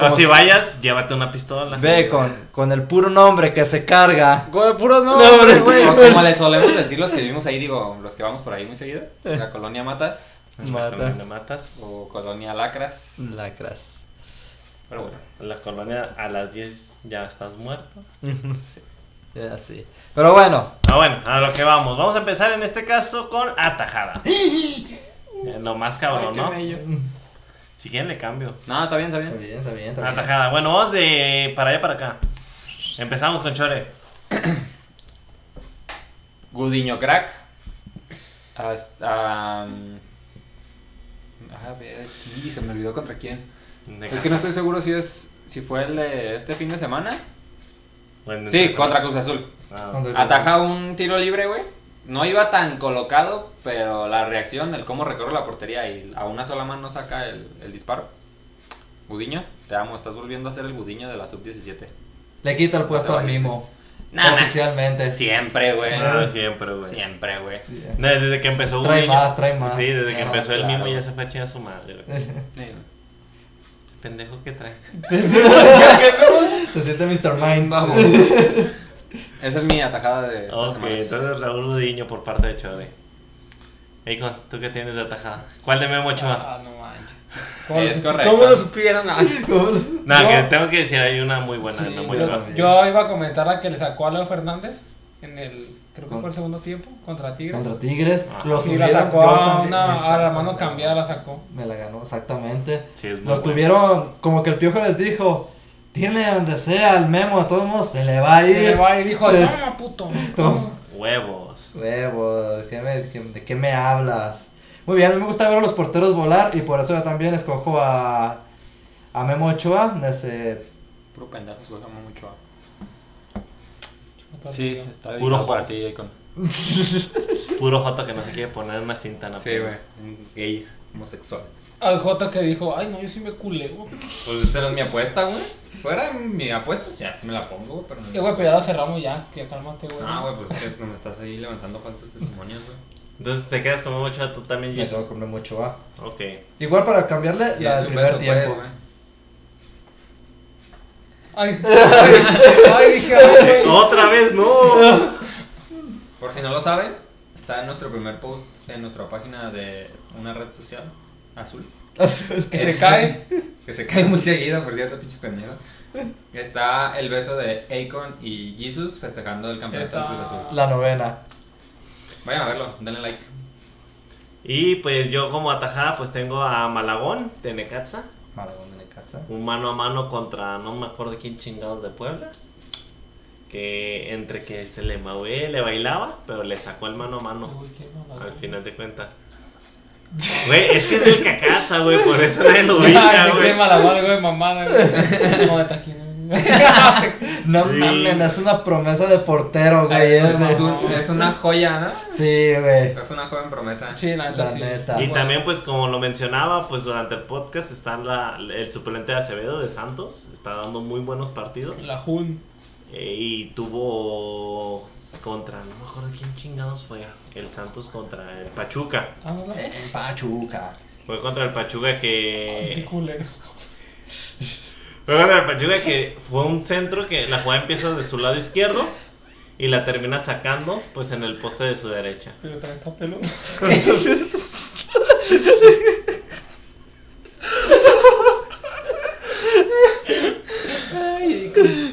O si vayas, llévate una pistola.
Ve con, con el puro nombre que se carga.
Güey, puro no.
No, hombre, güey.
Como, como les solemos decir los que vivimos ahí, digo, los que vamos por ahí muy seguido.
Eh.
La colonia Matas
Mata.
Mata. matas.
o colonia Lacras.
Mm. Lacras.
Pero bueno.
En la colonia a las 10 ya estás muerto.
Ya, sí. Pero bueno,
Ah, bueno, a lo que vamos. Vamos a empezar en este caso con atajada. Eh, Lo más
Ay,
cabrón,
qué
¿no?
bello.
Si quieren le cambio.
No, está bien, está
está
bien.
bien, está bien, está bien.
Atajada. Bueno, vamos de para allá para acá. Empezamos con Chore.
Gudiño Crack. Hasta. um, a ver, aquí se me olvidó contra quién.
De
Es que no estoy seguro si es si fue el de este fin de semana.
Bueno,
Sí,
entonces-
contra Cruz Azul.
Ah,
Contra el-
Ataja un tiro libre, güey. No iba tan colocado, pero la reacción, el cómo recorre la portería y a una sola mano saca el, el disparo. Gudiño, te amo, estás volviendo a ser el Gudiño de la sub-17.
Le quita
Ah,
el puesto
No te
al
vayas,
Mimo.
Nada.
Oficialmente.
Siempre, güey.
ah, siempre, güey.
Siempre, güey.
Yeah. [laughs]
No, Desde que empezó
Trae
Gudiño-
más, trae más.
Sí, desde que
Ah,
empezó el
claro.
mismo ya se fue a chingar a su madre, güey. Este Pendejo que trae.
Se siente Mr. Mind.
Vamos. Esa es mi atajada de esta
Ok,
semana.
entonces Raúl Gudiño por parte de Chore. Icon, ¿tú qué tienes de atajada? ¿Cuál de Memo Ochoa?
Ah, no manches.
Es
¿Cómo,
correcto.
lo supieron? Ay,
[laughs] ¿Cómo?
No,
Yo-
que tengo que decir, hay una muy buena.
sí,
de Memo
yo-
Ochoa.
yo, yo iba a comentar la que le sacó a Leo Fernández en el, creo que
Con-
fue el segundo tiempo, contra Tigres.
Contra Tigres.
Ah.
Los
y la
tuvieron.
sacó
yo
a,
también-
una, a la mano
Exactamente.
cambiada, la sacó.
Me la ganó, exactamente.
Sí, es muy
Los
bueno.
tuvieron, como que el piojo les dijo, tiene donde sea el memo, de todos modos se le va a ir.
Se le va y dijo,
Sí.
toma,
[laughs]
puto.
Toma.
Huevos.
Huevos, ¿de qué me- qué- ¿de qué me hablas? Muy bien, a mí me gusta ver a los porteros volar y por eso yo también escojo a, a Memo Ochoa. ese-
Puro pendejo, juega mucho. a-
Puto
Sí,
tío.
está
Puro
dedicado para
jo-
ti, eh, Icon.
Puro Joto que no se quiere poner una cinta en la
Sí,
pierna.
güey. Un Gay, homosexual.
Al Jota que dijo, ay, no, yo sí me culeo.
Pues esa era mi apuesta, güey. Fuera mi apuesta, ya, si me la pongo, güey, pero
Eh,
no.
güey, pero ya lo cerramos ya, que cálmate, güey.
Ah, güey, pues es que es- no me estás ahí levantando falsos testimonios, güey.
Entonces te quedas con un chato también,
Me quedo
Jesus.
con Memo Ochoa.
Ok.
Igual para cambiarle la
Dense
del
un
primer
beso,
tiempo.
pues,
¿eh?
güey.
Ay, [laughs] ay, ay, dije, ay,
[laughs]
[laughs] güey.
¡Otra vez no!
Por si no lo saben, está en nuestro primer post en nuestra página de una red social azul.
Que se
Este,
cae.
[laughs] Que se cae muy seguido, por cierto, pinches pendejos. Está el beso de Akon y Jesus festejando el campeonato del Cruz Azul.
la novena.
Vayan a verlo, denle like.
Y pues yo como atajada pues tengo a Malagón de Necaxa.
Malagón de Necaxa.
Un mano a mano contra no me acuerdo quién chingados de Puebla. Que entre que se le movía, y le bailaba, pero le sacó el mano a mano.
Uy, qué mamada.
Al final de cuenta. Güey, es que es del Cacaxa, güey, por eso nadie lo ubica,
[laughs] Ay, qué
güey.
mala madre, güey, mamada,
[laughs]
güey. No, está aquí, güey.
No
Sí.
mames, es una promesa de portero, güey. ese.
Es, un- es una joya, ¿no?
Sí, güey.
Es una joven promesa.
[laughs] Sí, la neta,
La
sí.
neta.
Y también, pues, como lo mencionaba, pues durante el podcast está la- el suplente de Acevedo de Santos. Está dando muy buenos partidos.
La Jun.
Eh, y tuvo contra, no me acuerdo quién chingados fue. El Santos contra el Pachuca.
Ah, no, la Jun.
Pachuca.
Fue contra el Pachuca
Qué
que.
culero.
Fue contra el Pachuca que fue un centro que la jugada empieza de su lado izquierdo. Y la termina sacando, pues, en el poste de su derecha.
Pero trae esta pelo.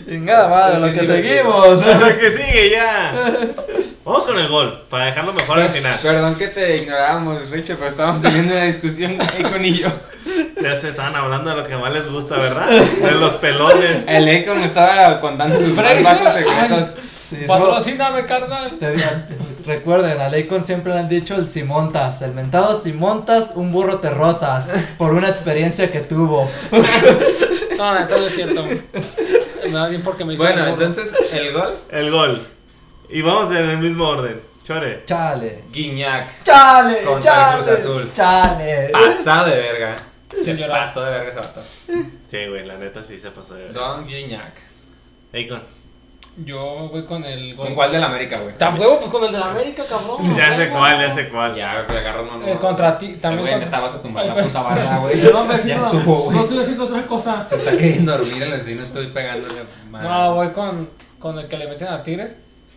Chingada madre, lo que seguimos.
[laughs]
Lo que sigue ya. Vamos con el gol, para dejarlo mejor al final.
Perdón que te ignoramos, Richie, pero estábamos teniendo una discusión [laughs] Econ y yo.
Ya se estaban hablando de lo que más les gusta, ¿verdad? De los pelones.
El Econ me estaba contando sus más
Fraser.
bajos secretos.
Sí, solo-
Patrocíname, carnal.
Te digo, recuerden, a Leicon siempre le han dicho el Simontas, el mentado Simontas, un burro te rozas, por una experiencia que tuvo.
No, no, entonces es cierto. güey. Me da bien porque me hizo
Bueno,
el burro.
entonces el gol,
El gol. Y vamos en el mismo orden. Chore.
Chale.
Guiñac.
Chale,
Contra el
chale,
Cruz Azul.
Eh.
chale.
Pasado de verga.
Sin
Se
llorar.
pasó de verga ese vato.
Sí, güey, la neta sí se pasó de verdad.
Don Guiñac.
Akon.
Yo voy con el gol.
¿Con cuál del América, güey?
¿Está huevo? Pues con el de la América,
[laughs] [laughs]
cabrón.
Ya sé
huevo.
cuál, ya sé cuál.
Ya, güey, agarró uno.
Eh, contra ti, también
Güey,
contra- Eh.
neta vas a tumbar
Ay,
la
pero-
puta
[laughs]
barra, güey.
Perdón,
Ya
vecino.
estuvo,
No
güey.
estoy haciendo otra cosa.
Se está queriendo dormir el vecino, estoy pegándole madre.
No, voy con, con el que le meten a Tigres.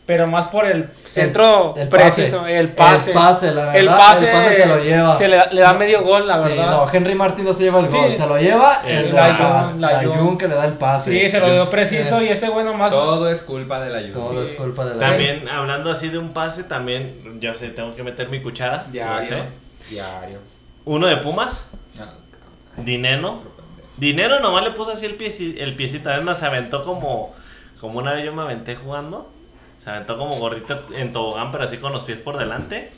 Pero más por el centro preciso, el pase.
El pase, la verdad.
El pase,
se lo lleva.
se le, le da medio gol, la
Sí,
verdad.
no, Henry Martín no se lleva el
Sí.
gol, se lo lleva el,
El
Layun,
Layun, Layun.
que le da el pase.
sí, se lo dio preciso
Eh,
y este bueno más.
Todo es culpa de la lluvia.
Todo es culpa de la
También, hablando así de un pase, también, yo sé, tengo que meter mi cuchara. Ya
Diario.
sé.
Diario.
Uno de Pumas,
No, cabrón.
Dineno. Dinero nomás le puso así el, pieci- el piecito. Además, se aventó como. Como una vez yo me aventé jugando. Se aventó como gorrita en tobogán, pero así con los pies por delante.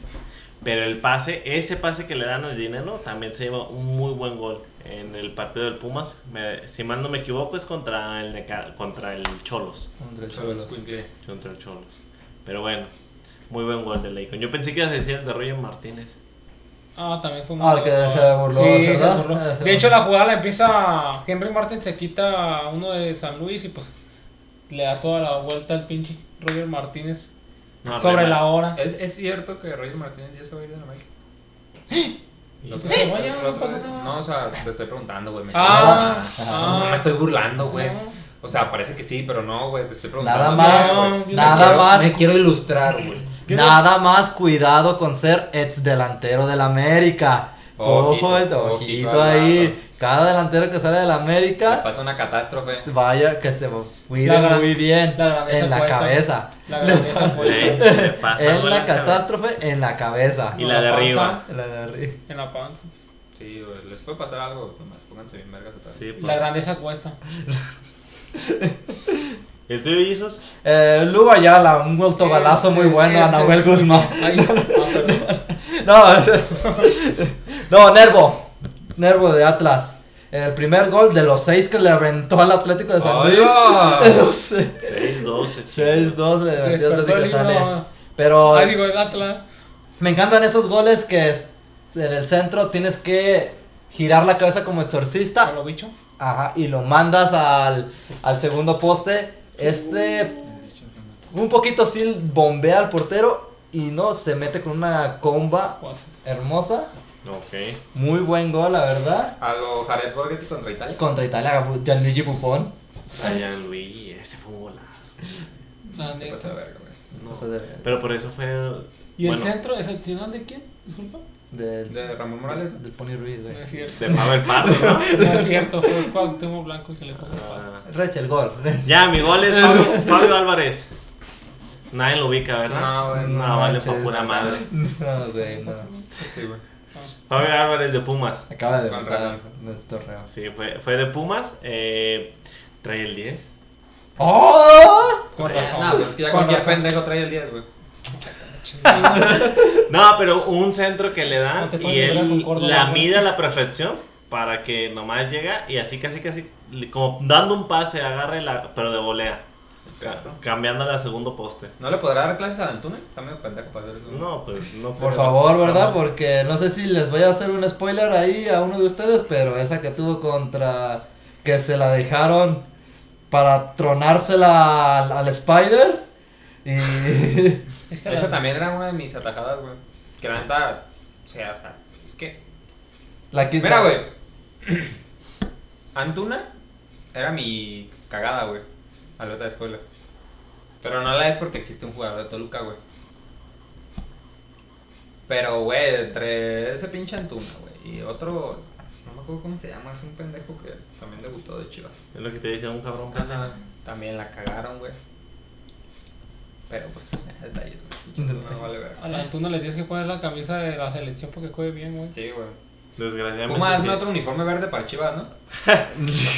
Pero el pase, ese pase que le dan al dinero, también se lleva un muy buen gol en el partido del Pumas. Me- si mal no me equivoco, es contra el, Neca- contra el Cholos.
Contra el Cholos.
Escuincle.
Contra el Cholos. Pero bueno, muy buen gol de Leicon. Yo pensé que ibas a decir el de Roger Martínez.
Ah, también fue un
Ah, el que se burló,
Sí, se
¿verdad?
burló.
Ah, se
De
burló.
hecho, la jugada la empieza Henry Martin, se quita a uno de San Luis y pues le da toda la vuelta al pinche Roger Martínez
No,
sobre
Roger-
la
Eh,
hora.
¿Es, es cierto que Roger Martínez ya se va a ir de la América. ¿Eh?
Pues se vaya, no pasa nada.
No, o sea, te estoy preguntando, güey. me-
Ah,
No,
ah,
me estoy burlando, güey.
No.
O sea, parece que sí, pero no, güey. Te estoy
Nada
preguntando. güey.
más,
No, yo no
nada
Quiero-
más.
Me quiero ilustrar, güey.
Yo
Nada más cuidado con ser ex delantero del América.
Ojito,
Ojo,
ojito
ojito,
al
ahí.
lado.
Cada delantero que sale del
Me
América,
pasa una catástrofe.
vaya que se cuide
La gran-
muy bien
la grandeza
en la
cuesta.
cabeza.
La
[laughs]
[laughs]
grandeza
Le-
fue
le pasa algo
En
en
la
cabeza.
catástrofe, en la cabeza.
Y la de arriba.
La de arri-
en la panza.
Sí, güey. Les puede pasar algo, güey, nomás. Pónganse bien vergas atrás.
Sí,
La
pues.
grandeza cuesta.
¿El tuyo, Jesus?
Eh, Lugo Ayala, un autogalazo
Sí,
muy
sí,
bueno a
sí,
Nahuel
sí.
Guzmán.
[laughs] Ay, ah, perdón.
No, no, Nervo. Nervo de Atlas. El primer gol de los seis que le aventó al Atlético de San Luis.
¡Hola!
[laughs] Los seis.
6-12.
6-2 [laughs] le metió
Despertó
Atlético
el
sale.
himno.
Pero
Ay, digo, el Atlas.
me encantan esos goles que es- en el centro tienes que girar la cabeza como
A
exorcista
lo bicho.
ajá, y lo mandas al, al segundo poste. Este un poquito sí bombea al portero y no se mete con una comba
Pues,
hermosa.
Ok.
Muy buen gol, la verdad.
A lo Jared Borghetti contra Italia.
Contra Italia, Bu- Gianluigi Buffon.
Ryan Luis, ese fue un golazo.
la
Se
neta.
pasa de verga, güey.
No.
Eso de-
Pero por eso fue.
¿Y el
bueno,
centro excepcional de quién? Disculpa.
Del,
De Ramón Morales.
del Pony Ruiz,
No
güey.
es cierto.
De Pavel Pardo, ¿no?
[laughs] No es cierto, fue Cuauhtémoc Blanco que le puso el pase.
Ah.
Recha el gol. recha.
Ya, mi gol es Fabio, Fabio Álvarez. Nadie lo ubica, ¿verdad?
No, güey, no
vale,
manches.
pa' pura madre.
[laughs] No, güey, no.
Sí, güey.
Fabio Álvarez de Pumas.
Acaba de
Con
matar
razón.
nuestro torneo.
Sí, fue, fue de Pumas. Eh, trae el 10.
¡Oh!
Con razón.
No, pues que ya
Con
cualquier
razón.
pendejo trae el 10, güey.
No, pero un centro que le dan
No te puedes
y
librar
él
con Córdoba,
la
güey.
mide a la perfección para que nomás llega y así casi casi le- como dando un pase agarre la pero de volea ca- cambiándola al segundo poste.
¿No le podrá dar clases a Antuna? También pendejo para hacer eso.
No, pues no
Por
creo.
favor, ¿verdad?
No.
Porque no sé si les voy a hacer un spoiler ahí a uno de ustedes, pero esa que tuvo contra. que se la dejaron para tronársela al, al Spider. Y. [laughs]
Es que la-
Esa también era una de mis atajadas, güey. Que la neta, o sea, o sea, es que.
la quiso.
Mira, güey. [clears throat] Antuna era mi cagada, güey. Alerta de spoiler. Pero no la es porque existe un jugador de Toluca, güey. Pero, güey, entre ese pinche Antuna, güey, y otro. No me acuerdo cómo se llama, es un pendejo que también debutó de Chivas.
Es lo que te dice un cabrón pendejo.
También la cagaron, güey. Pero pues, detalles, güey.
Detalles.
No vale verga.
A la Antuna le tienes que poner la camisa de la selección porque juegue bien, güey.
Sí, güey.
Desgraciadamente.
Puma, hazme
sí.
otro uniforme verde para Chivas, ¿no?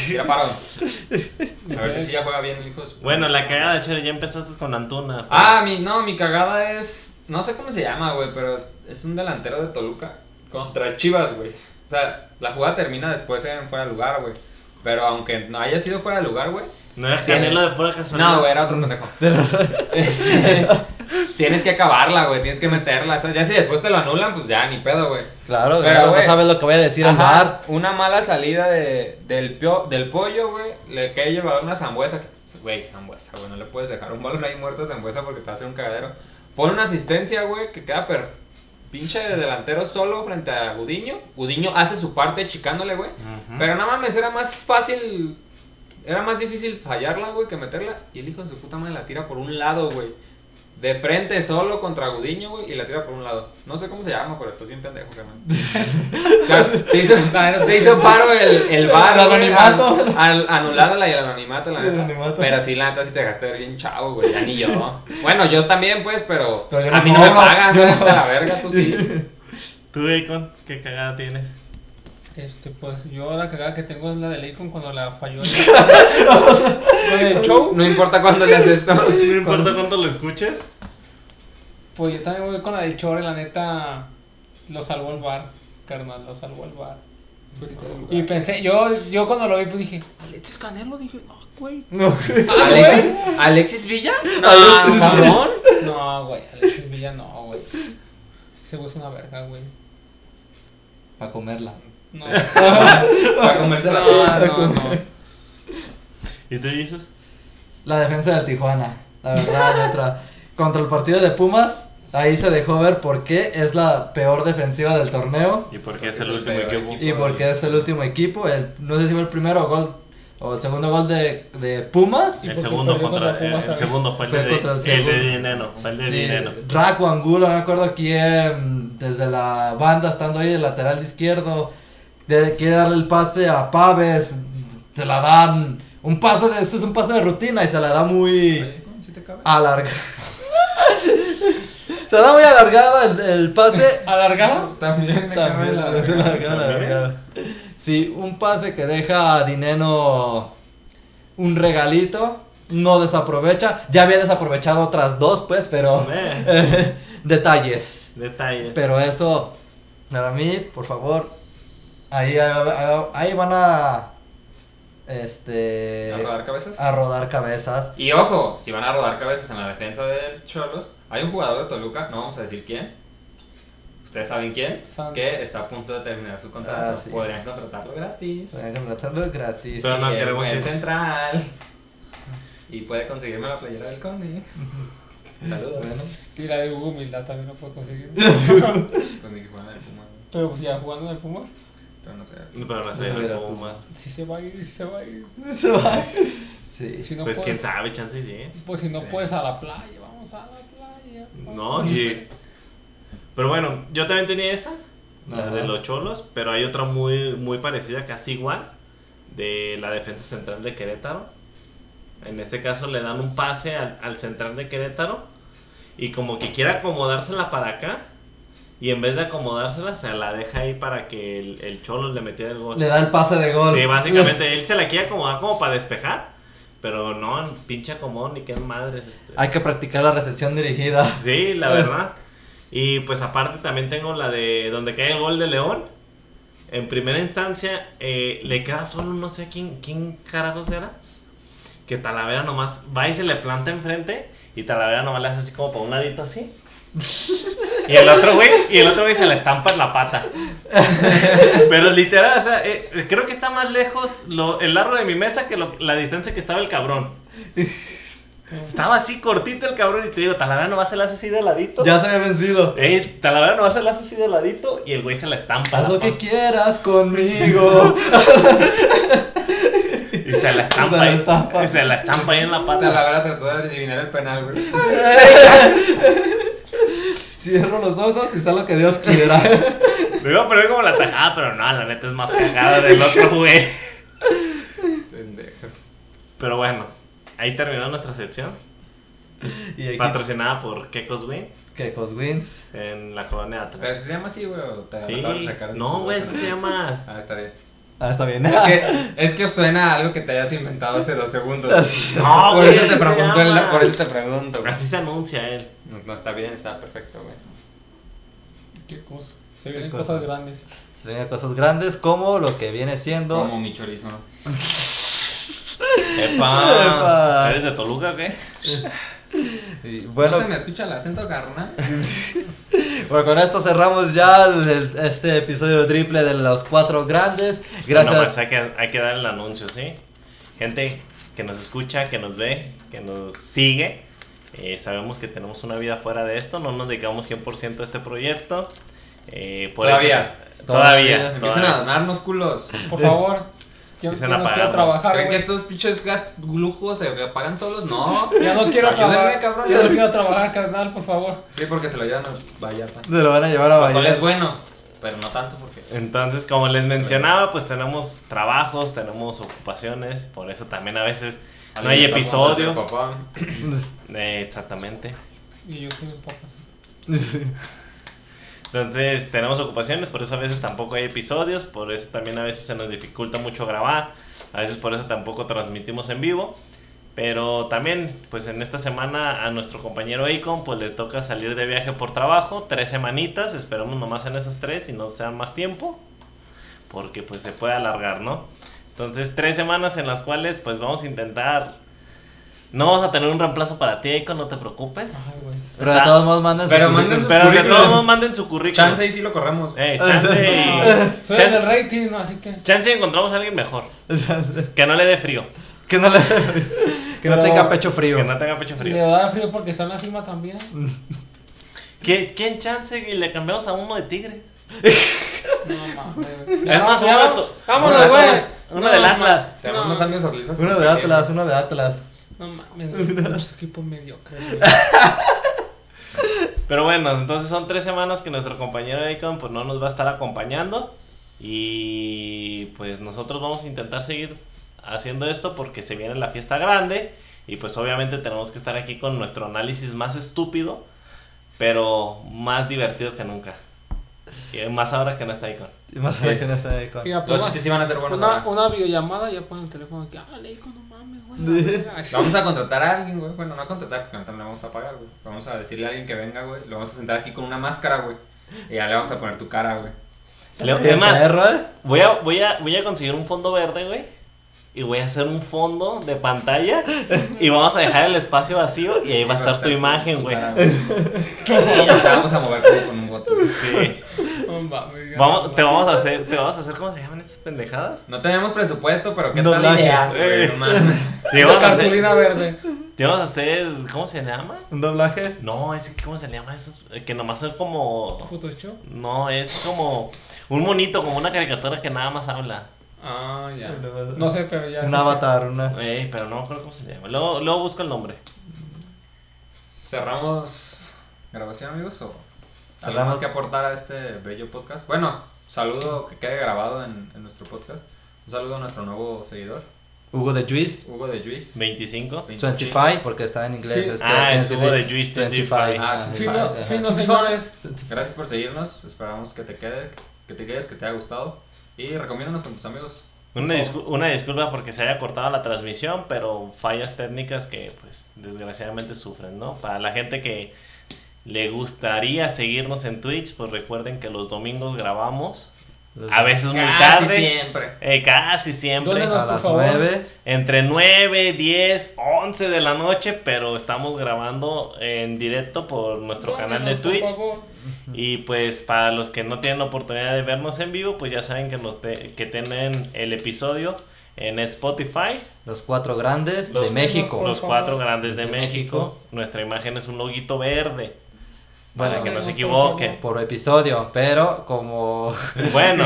Mira, parado. A ver si sí ya juega bien el hijo de su-
Bueno, la cagada de Chere, ya empezaste con Antuna. pero-
Ah, mi, no, mi cagada es. No sé cómo se llama, güey, pero es un delantero de Toluca contra Chivas, güey. O sea, la jugada termina después en fuera de lugar, güey. Pero aunque no haya sido fuera de lugar, güey.
No era Canelo de pura casualidad.
eh, No, güey, era otro pendejo. [laughs] Este, tienes que acabarla, güey, tienes que meterla. ¿sabes? Ya si después te lo anulan, pues ya, ni pedo, güey.
Claro,
Pero,
claro, no
güey.
sabes lo que voy a decir al
Ajá,
bar. [laughs]
Una mala salida de, del, pio- del pollo, güey. Le cae llevador una zambuesa. que- pues, Güey, zambuesa, güey. No le puedes dejar un balón ahí muerto a zambuesa porque te va a hacer un cagadero. Pon una asistencia, güey, que queda per pinche de delantero solo frente a Gudiño. Gudiño hace su parte chicándole, güey.
Ujú.
Pero nada mames, era más fácil. Era más difícil fallarla, güey, que meterla. Y el hijo de su puta madre la tira por un lado, güey. De frente solo contra Gudiño, güey, y la tira por un lado. No sé cómo se llama, pero estás bien pendejo,
[laughs]
carnal. Entonces, te, hizo, te hizo paro el, el bar,
El
güey,
anonimato.
an- an- anulándola y el anonimato, la
El
neta.
anonimato.
Pero sí, la neta, sí te gasté bien chavo, güey, ya ni yo. Bueno, yo también, pues, pero,
Pero yo
a
no
mí no me
cobro.
pagan,
Yo
güey,
no.
de la verga,
[laughs]
tú sí.
Tú, Akon, ¿qué cagada tienes?
[laughs]
Este, pues yo la cagada que tengo es la de Akon cuando la
[laughs]
falló. el- Con el show.
No importa cuándo le haces esto.
No importa cuánto lo escuches.
Pues yo también voy con la del Chore, la neta. Lo salvó el bar, carnal, lo salvó el bar. Y pensé, yo, yo cuando lo vi, pues dije,
Alexis Canelo, dije, no, güey.
No,
¿Alexis, ¿Alexis Ah, Villa? No,
Alexis
[laughs] cabrón.
no, güey, Alexis Villa no, güey. Se puso una verga, güey.
para comerla.
No,
Para Ah, comerse la
no, no, no.
¿Y tú, Jesus?
La defensa del Tijuana, la verdad, [laughs] la otra. Contra el partido de Pumas, ahí se dejó ver por qué es la peor defensiva del torneo
¿Y por qué es
Porque es
el
el
último
peor
equipo?
y por qué es el último equipo. El- no sé si fue el primero gol o el segundo gol de, de Pumas.
Sí,
El
porque
segundo,
perdió
contra,
contra
el
Pumas también.
segundo fue el
Fue
de,
contra el
el de
segundo.
Dineno. Fue el de
Sí,
Dineno.
Draco Angulo, no me acuerdo quién, desde la banda estando ahí, el lateral de izquierdo, de- quiere darle el pase a Paves, se la dan, un pase de, eso es un pase de rutina y se la da muy [laughs] alargada. se la da muy alargada el, el pase.
[laughs] Ah, ¿Alargado?
También me cabe
También
la
se la hace alargada,
También.
alargada. Sí, un pase que deja a Dineno un regalito, no desaprovecha, ya había desaprovechado otras dos pues, pero...
Eh,
Eh, [laughs] detalles.
Detalles.
Pero eso, para mí, por favor, ahí, ahí, ahí van a. Este.
¿A rodar cabezas?
a rodar cabezas.
Y ojo, si van a rodar cabezas en la defensa del Cholos, hay un jugador de Toluca, no vamos a decir quién. Ustedes saben quién,
San-
que está a punto de terminar su contrato.
Ah, sí.
Podrían contratarlo gratis.
Voy a contratarlo gratis.
Pero no
Y es
queremos
buen
que-
central. Y puede conseguirme la playera del [laughs] Cone. Saludos.
Bueno.
Y la de Hugo Humildad también lo
[laughs]
puedo conseguir.
Con mi Pues que juegan en el Puma,
Pero pues ya jugando en el Pumas,
pero no sé.
Pero no sé,
Pues mira,
como
tú.
más.
sí se va a ir, sí se va a ir.
Se va. Sí.
Si no
Pues quién
puedes,
sabe, chance y sí. ¿eh?
pues si no
Sí.
puedes a la playa, vamos a la playa.
No, y. Pero bueno, yo también tenía esa, la
Ajá.
de los cholos, pero hay otra muy, muy parecida, casi igual, de la defensa central de Querétaro. En este caso le dan un pase al, al central de Querétaro y como que quiere acomodársela para acá y en vez de acomodársela se la deja ahí para que el, el cholo le metiera el gol.
Le da el pase de gol.
Sí, básicamente él se la quiere acomodar como para despejar, pero no, pinche acomodo ni qué madres. este.
Hay que practicar la recepción dirigida.
Sí, la verdad. Y pues aparte también tengo la de donde cae el gol de León. En primera instancia eh, le queda solo no sé quién, quién carajos era. Que Talavera nomás va y se le planta enfrente y Talavera nomás le hace así como para un ladito así. Y el otro güey, y el otro güey se la estampa en la pata. Pero literal, o sea, eh, creo que está más lejos lo- el largo de mi mesa que lo- la distancia que estaba el cabrón. Estaba así cortito el cabrón y te digo, Talavera nomás se la hace así de ladito.
Ya se había vencido.
Eh, Talavera nomás se la hace así de ladito y el güey se la estampa.
Haz
la
lo que
pa-
quieras conmigo.
y se la estampa.
[laughs] Se la
ahí,
estampa.
y se la estampa ahí en la pata.
Talavera trató de adivinar el penal, güey. [laughs]
Cierro los ojos y sé lo que Dios quiera.
Me iba a poner como la tajada, pero no, la neta es más cagada del otro güey.
Pendejas.
Pero bueno, ahí terminó nuestra sección.
Y aquí,
Patrocinada por Kekos Win
que Coswins.
en la colonia de
Pero si
atrás.
se llama así, güey, o te
Sí.
acabas de sacar. de
No,
tu
güey, eso
bolsa?
se llama.
Ah, está bien.
Ah, está bien.
Es que, es que suena a algo que te hayas inventado hace dos segundos.
No,
por
güey,
eso te
se
pregunto, el-
llama.
por eso te pregunto. güey.
Así se anuncia él.
No, no, está bien, está perfecto, güey.
Qué cosa. Se vienen
cosa.
cosas grandes.
[laughs] Se ven cosas grandes como lo que viene siendo.
Como mi chorizo.
Epa.
[laughs] Epa.
¿Eres de Toluca o qué?
Y bueno,
¿No se me escucha el acento, carnal?
bueno, con esto cerramos ya el- el- este episodio triple de los cuatro grandes. Gracias.
Bueno, pues hay que, hay que dar el anuncio, ¿sí? Gente que nos escucha, que nos ve, que nos sigue. eh, sabemos que tenemos una vida fuera de esto, no nos dedicamos 100% a este proyecto. eh, por
Todavía.
eso-
Todavía.
todavía.
Empiecen a
todavía.
donarnos culos.
Por favor. Yo,
Empiezan
yo
a
no
pagar,
quiero
¿no?
trabajar,
¿Creen que
güey.
estos pinches gas- lujos se pagan solos? No.
Ya no quiero
Ayúdenme,
trabajar.
cabrones.
Yo no quiero trabajar, carnal, por favor.
Sí, porque se lo llevan a Vallarta.
Se lo van a llevar a
Lo cual
Bahía.
es bueno, pero no tanto porque...
Entonces, como les mencionaba, pues tenemos trabajos, tenemos ocupaciones, por eso también a veces no hay
pues,
episodio.
Papá.
Eh, exactamente.
Y yo soy un poco así.
[laughs]
Entonces, tenemos ocupaciones, por eso a veces tampoco hay episodios, por eso también a veces se nos dificulta mucho grabar, a veces por eso tampoco transmitimos en vivo. Pero también, pues en esta semana a nuestro compañero Akon, pues le toca salir de viaje por trabajo, tres semanitas, esperamos nomás en esas tres y no sean más tiempo, porque pues se puede alargar, ¿no? Entonces, tres semanas en las cuales pues vamos a intentar... No vamos a tener un reemplazo para ti, Akon, no te preocupes.
Ay, güey.
Pero de
Está-
todos modos manden su
Pero
currículum.
manden sus
Pero que
currículum.
todos nos manden su currículum.
Chance y sí lo corremos.
Ey, Eh, chance
No,
y...
[laughs] soy el del
chance,
rating, así que.
chance y encontramos a alguien mejor.
[laughs]
Que no le dé frío.
que no, le- que no
Pero-
tenga pecho frío.
Que no tenga pecho
Le
frío.
da frío porque está en la cima también.
¿Qui- ¿Quién chance y le cambiamos a uno de tigre?
No mames. güey.
Es más,
Ya,
uno de to-
uno de
Vámonos, güey.
Atlas,
Uno del Atlas.
Te
No.
vamos a mis atletas.
Uno de Atlas, uno de Atlas.
No mames, güey. Muchos equipos mediocres, güey.
Pero bueno, entonces son tres semanas que nuestro compañero Icon pues no nos va a estar acompañando. Y pues nosotros vamos a intentar seguir haciendo esto porque se viene la fiesta grande. Y pues obviamente tenemos que estar aquí con nuestro análisis más estúpido, pero más divertido que nunca. Y más ahora que no está Icon.
Y más
Sí.
que no está de con-
Mira,
Los
pues,
chistes sí van a ser buenos.
una,
ahora.
una videollamada ya pone el teléfono aquí. Ah, le digo, no mames, güey. la verga. Ay,
Vamos a contratar a alguien, güey. Bueno, no a contratar, porque no también le vamos a pagar, güey. Vamos a decirle a alguien que venga, güey. Lo vamos a sentar aquí con una máscara, güey. Y ya le vamos a poner tu cara, güey.
Le-
El
es más,
perro, ¿eh?
Voy a, voy a, voy a conseguir un fondo verde, güey. Y voy a hacer un fondo de pantalla. Y vamos a dejar el espacio vacío. Y ahí va a estar tu imagen, güey.
cara, Y te vamos a mover como con un botón.
Sí.
[laughs] no mames, ya,
Vamos,
no
te
mames.
vamos a hacer, te vamos a hacer, ¿cómo se llaman estas [laughs] pendejadas?
No tenemos presupuesto, pero qué
No
tal
la-
ideas, güey.
Eh.
No mames.
Te
Una
vamos a hacer,
cartulina verde.
te vamos a hacer, ¿cómo se llama?
Un doblaje.
No, es que, ¿cómo se le llama esos? Eh, Que nomás son como,
Photoshop.
no, es como un monito, como una caricatura que nada más habla.
Ah, ya. No sé, pero ya.
Un
sé
avatar, una.
Ey, pero no me acuerdo cómo se le llama. Luego, luego busco el nombre.
Cerramos grabación, amigos, o algo
Cerramos.
más que aportar a este bello podcast. Bueno, saludo que quede grabado en, en nuestro podcast. Un saludo a nuestro nuevo seguidor,
Hugo de Juice.
Hugo de Luis.
25.
25, porque está en inglés. este,
Sí.
Es que
Ah,
tienes
es
que
Hugo
decir
de Juice, 25.
Ah,
Ajá.
que-
sí,
Fino,
Ajá.
fino, señores.
Gracias por seguirnos, esperamos que te quede, que te quedes, que te haya gustado y recomiéndanos con tus amigos.
Una, discul- una disculpa porque se haya cortado la transmisión, pero fallas técnicas que pues desgraciadamente sufren, ¿no? Para la gente que le gustaría seguirnos en Twitch, pues recuerden que los domingos grabamos,
Los-
a veces muy
Casi
tarde,
Ah, siempre.
eh, casi siempre,
¿Dónde
A
por
las
favor.
9.
entre 9, 10, 11 de la noche, pero estamos grabando en directo por nuestro canal de
Dónenos, por
Twitch.
favor.
Y pues para los que no tienen oportunidad de vernos en vivo, pues ya saben que, nos te- que tienen el episodio en Spotify.
Los cuatro grandes
Los-
de México.
Por
Los
favor.
cuatro grandes de
De
México.
México.
Nuestra imagen es un
[laughs]
loguito verde. Para
Bueno,
que no se
Por favor.
equivoquen.
por episodio, pero como.
Bueno,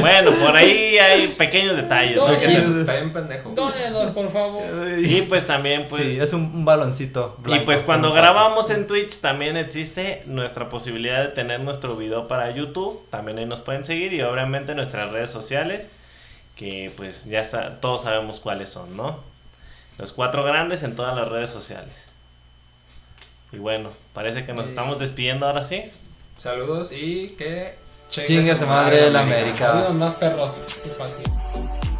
bueno, por ahí hay pequeños detalles. ¿no?
No,
Que
Oye,
te-
eso está bien pendejo.
Dónenos, por favor.
Y pues también, pues.
sí, es un, un baloncito.
Y
blanco
pues
con
cuando
un pato.
grabamos en Twitch también existe nuestra posibilidad de tener nuestro video para YouTube. También ahí nos pueden seguir y obviamente nuestras redes sociales que pues ya sa- todos sabemos cuáles son, ¿no? Los cuatro grandes en todas las redes sociales. Y bueno, parece que nos estamos despidiendo ahora sí.
Saludos y que...
Chingue su madre la América.
Adiós, más perros. Qué fácil.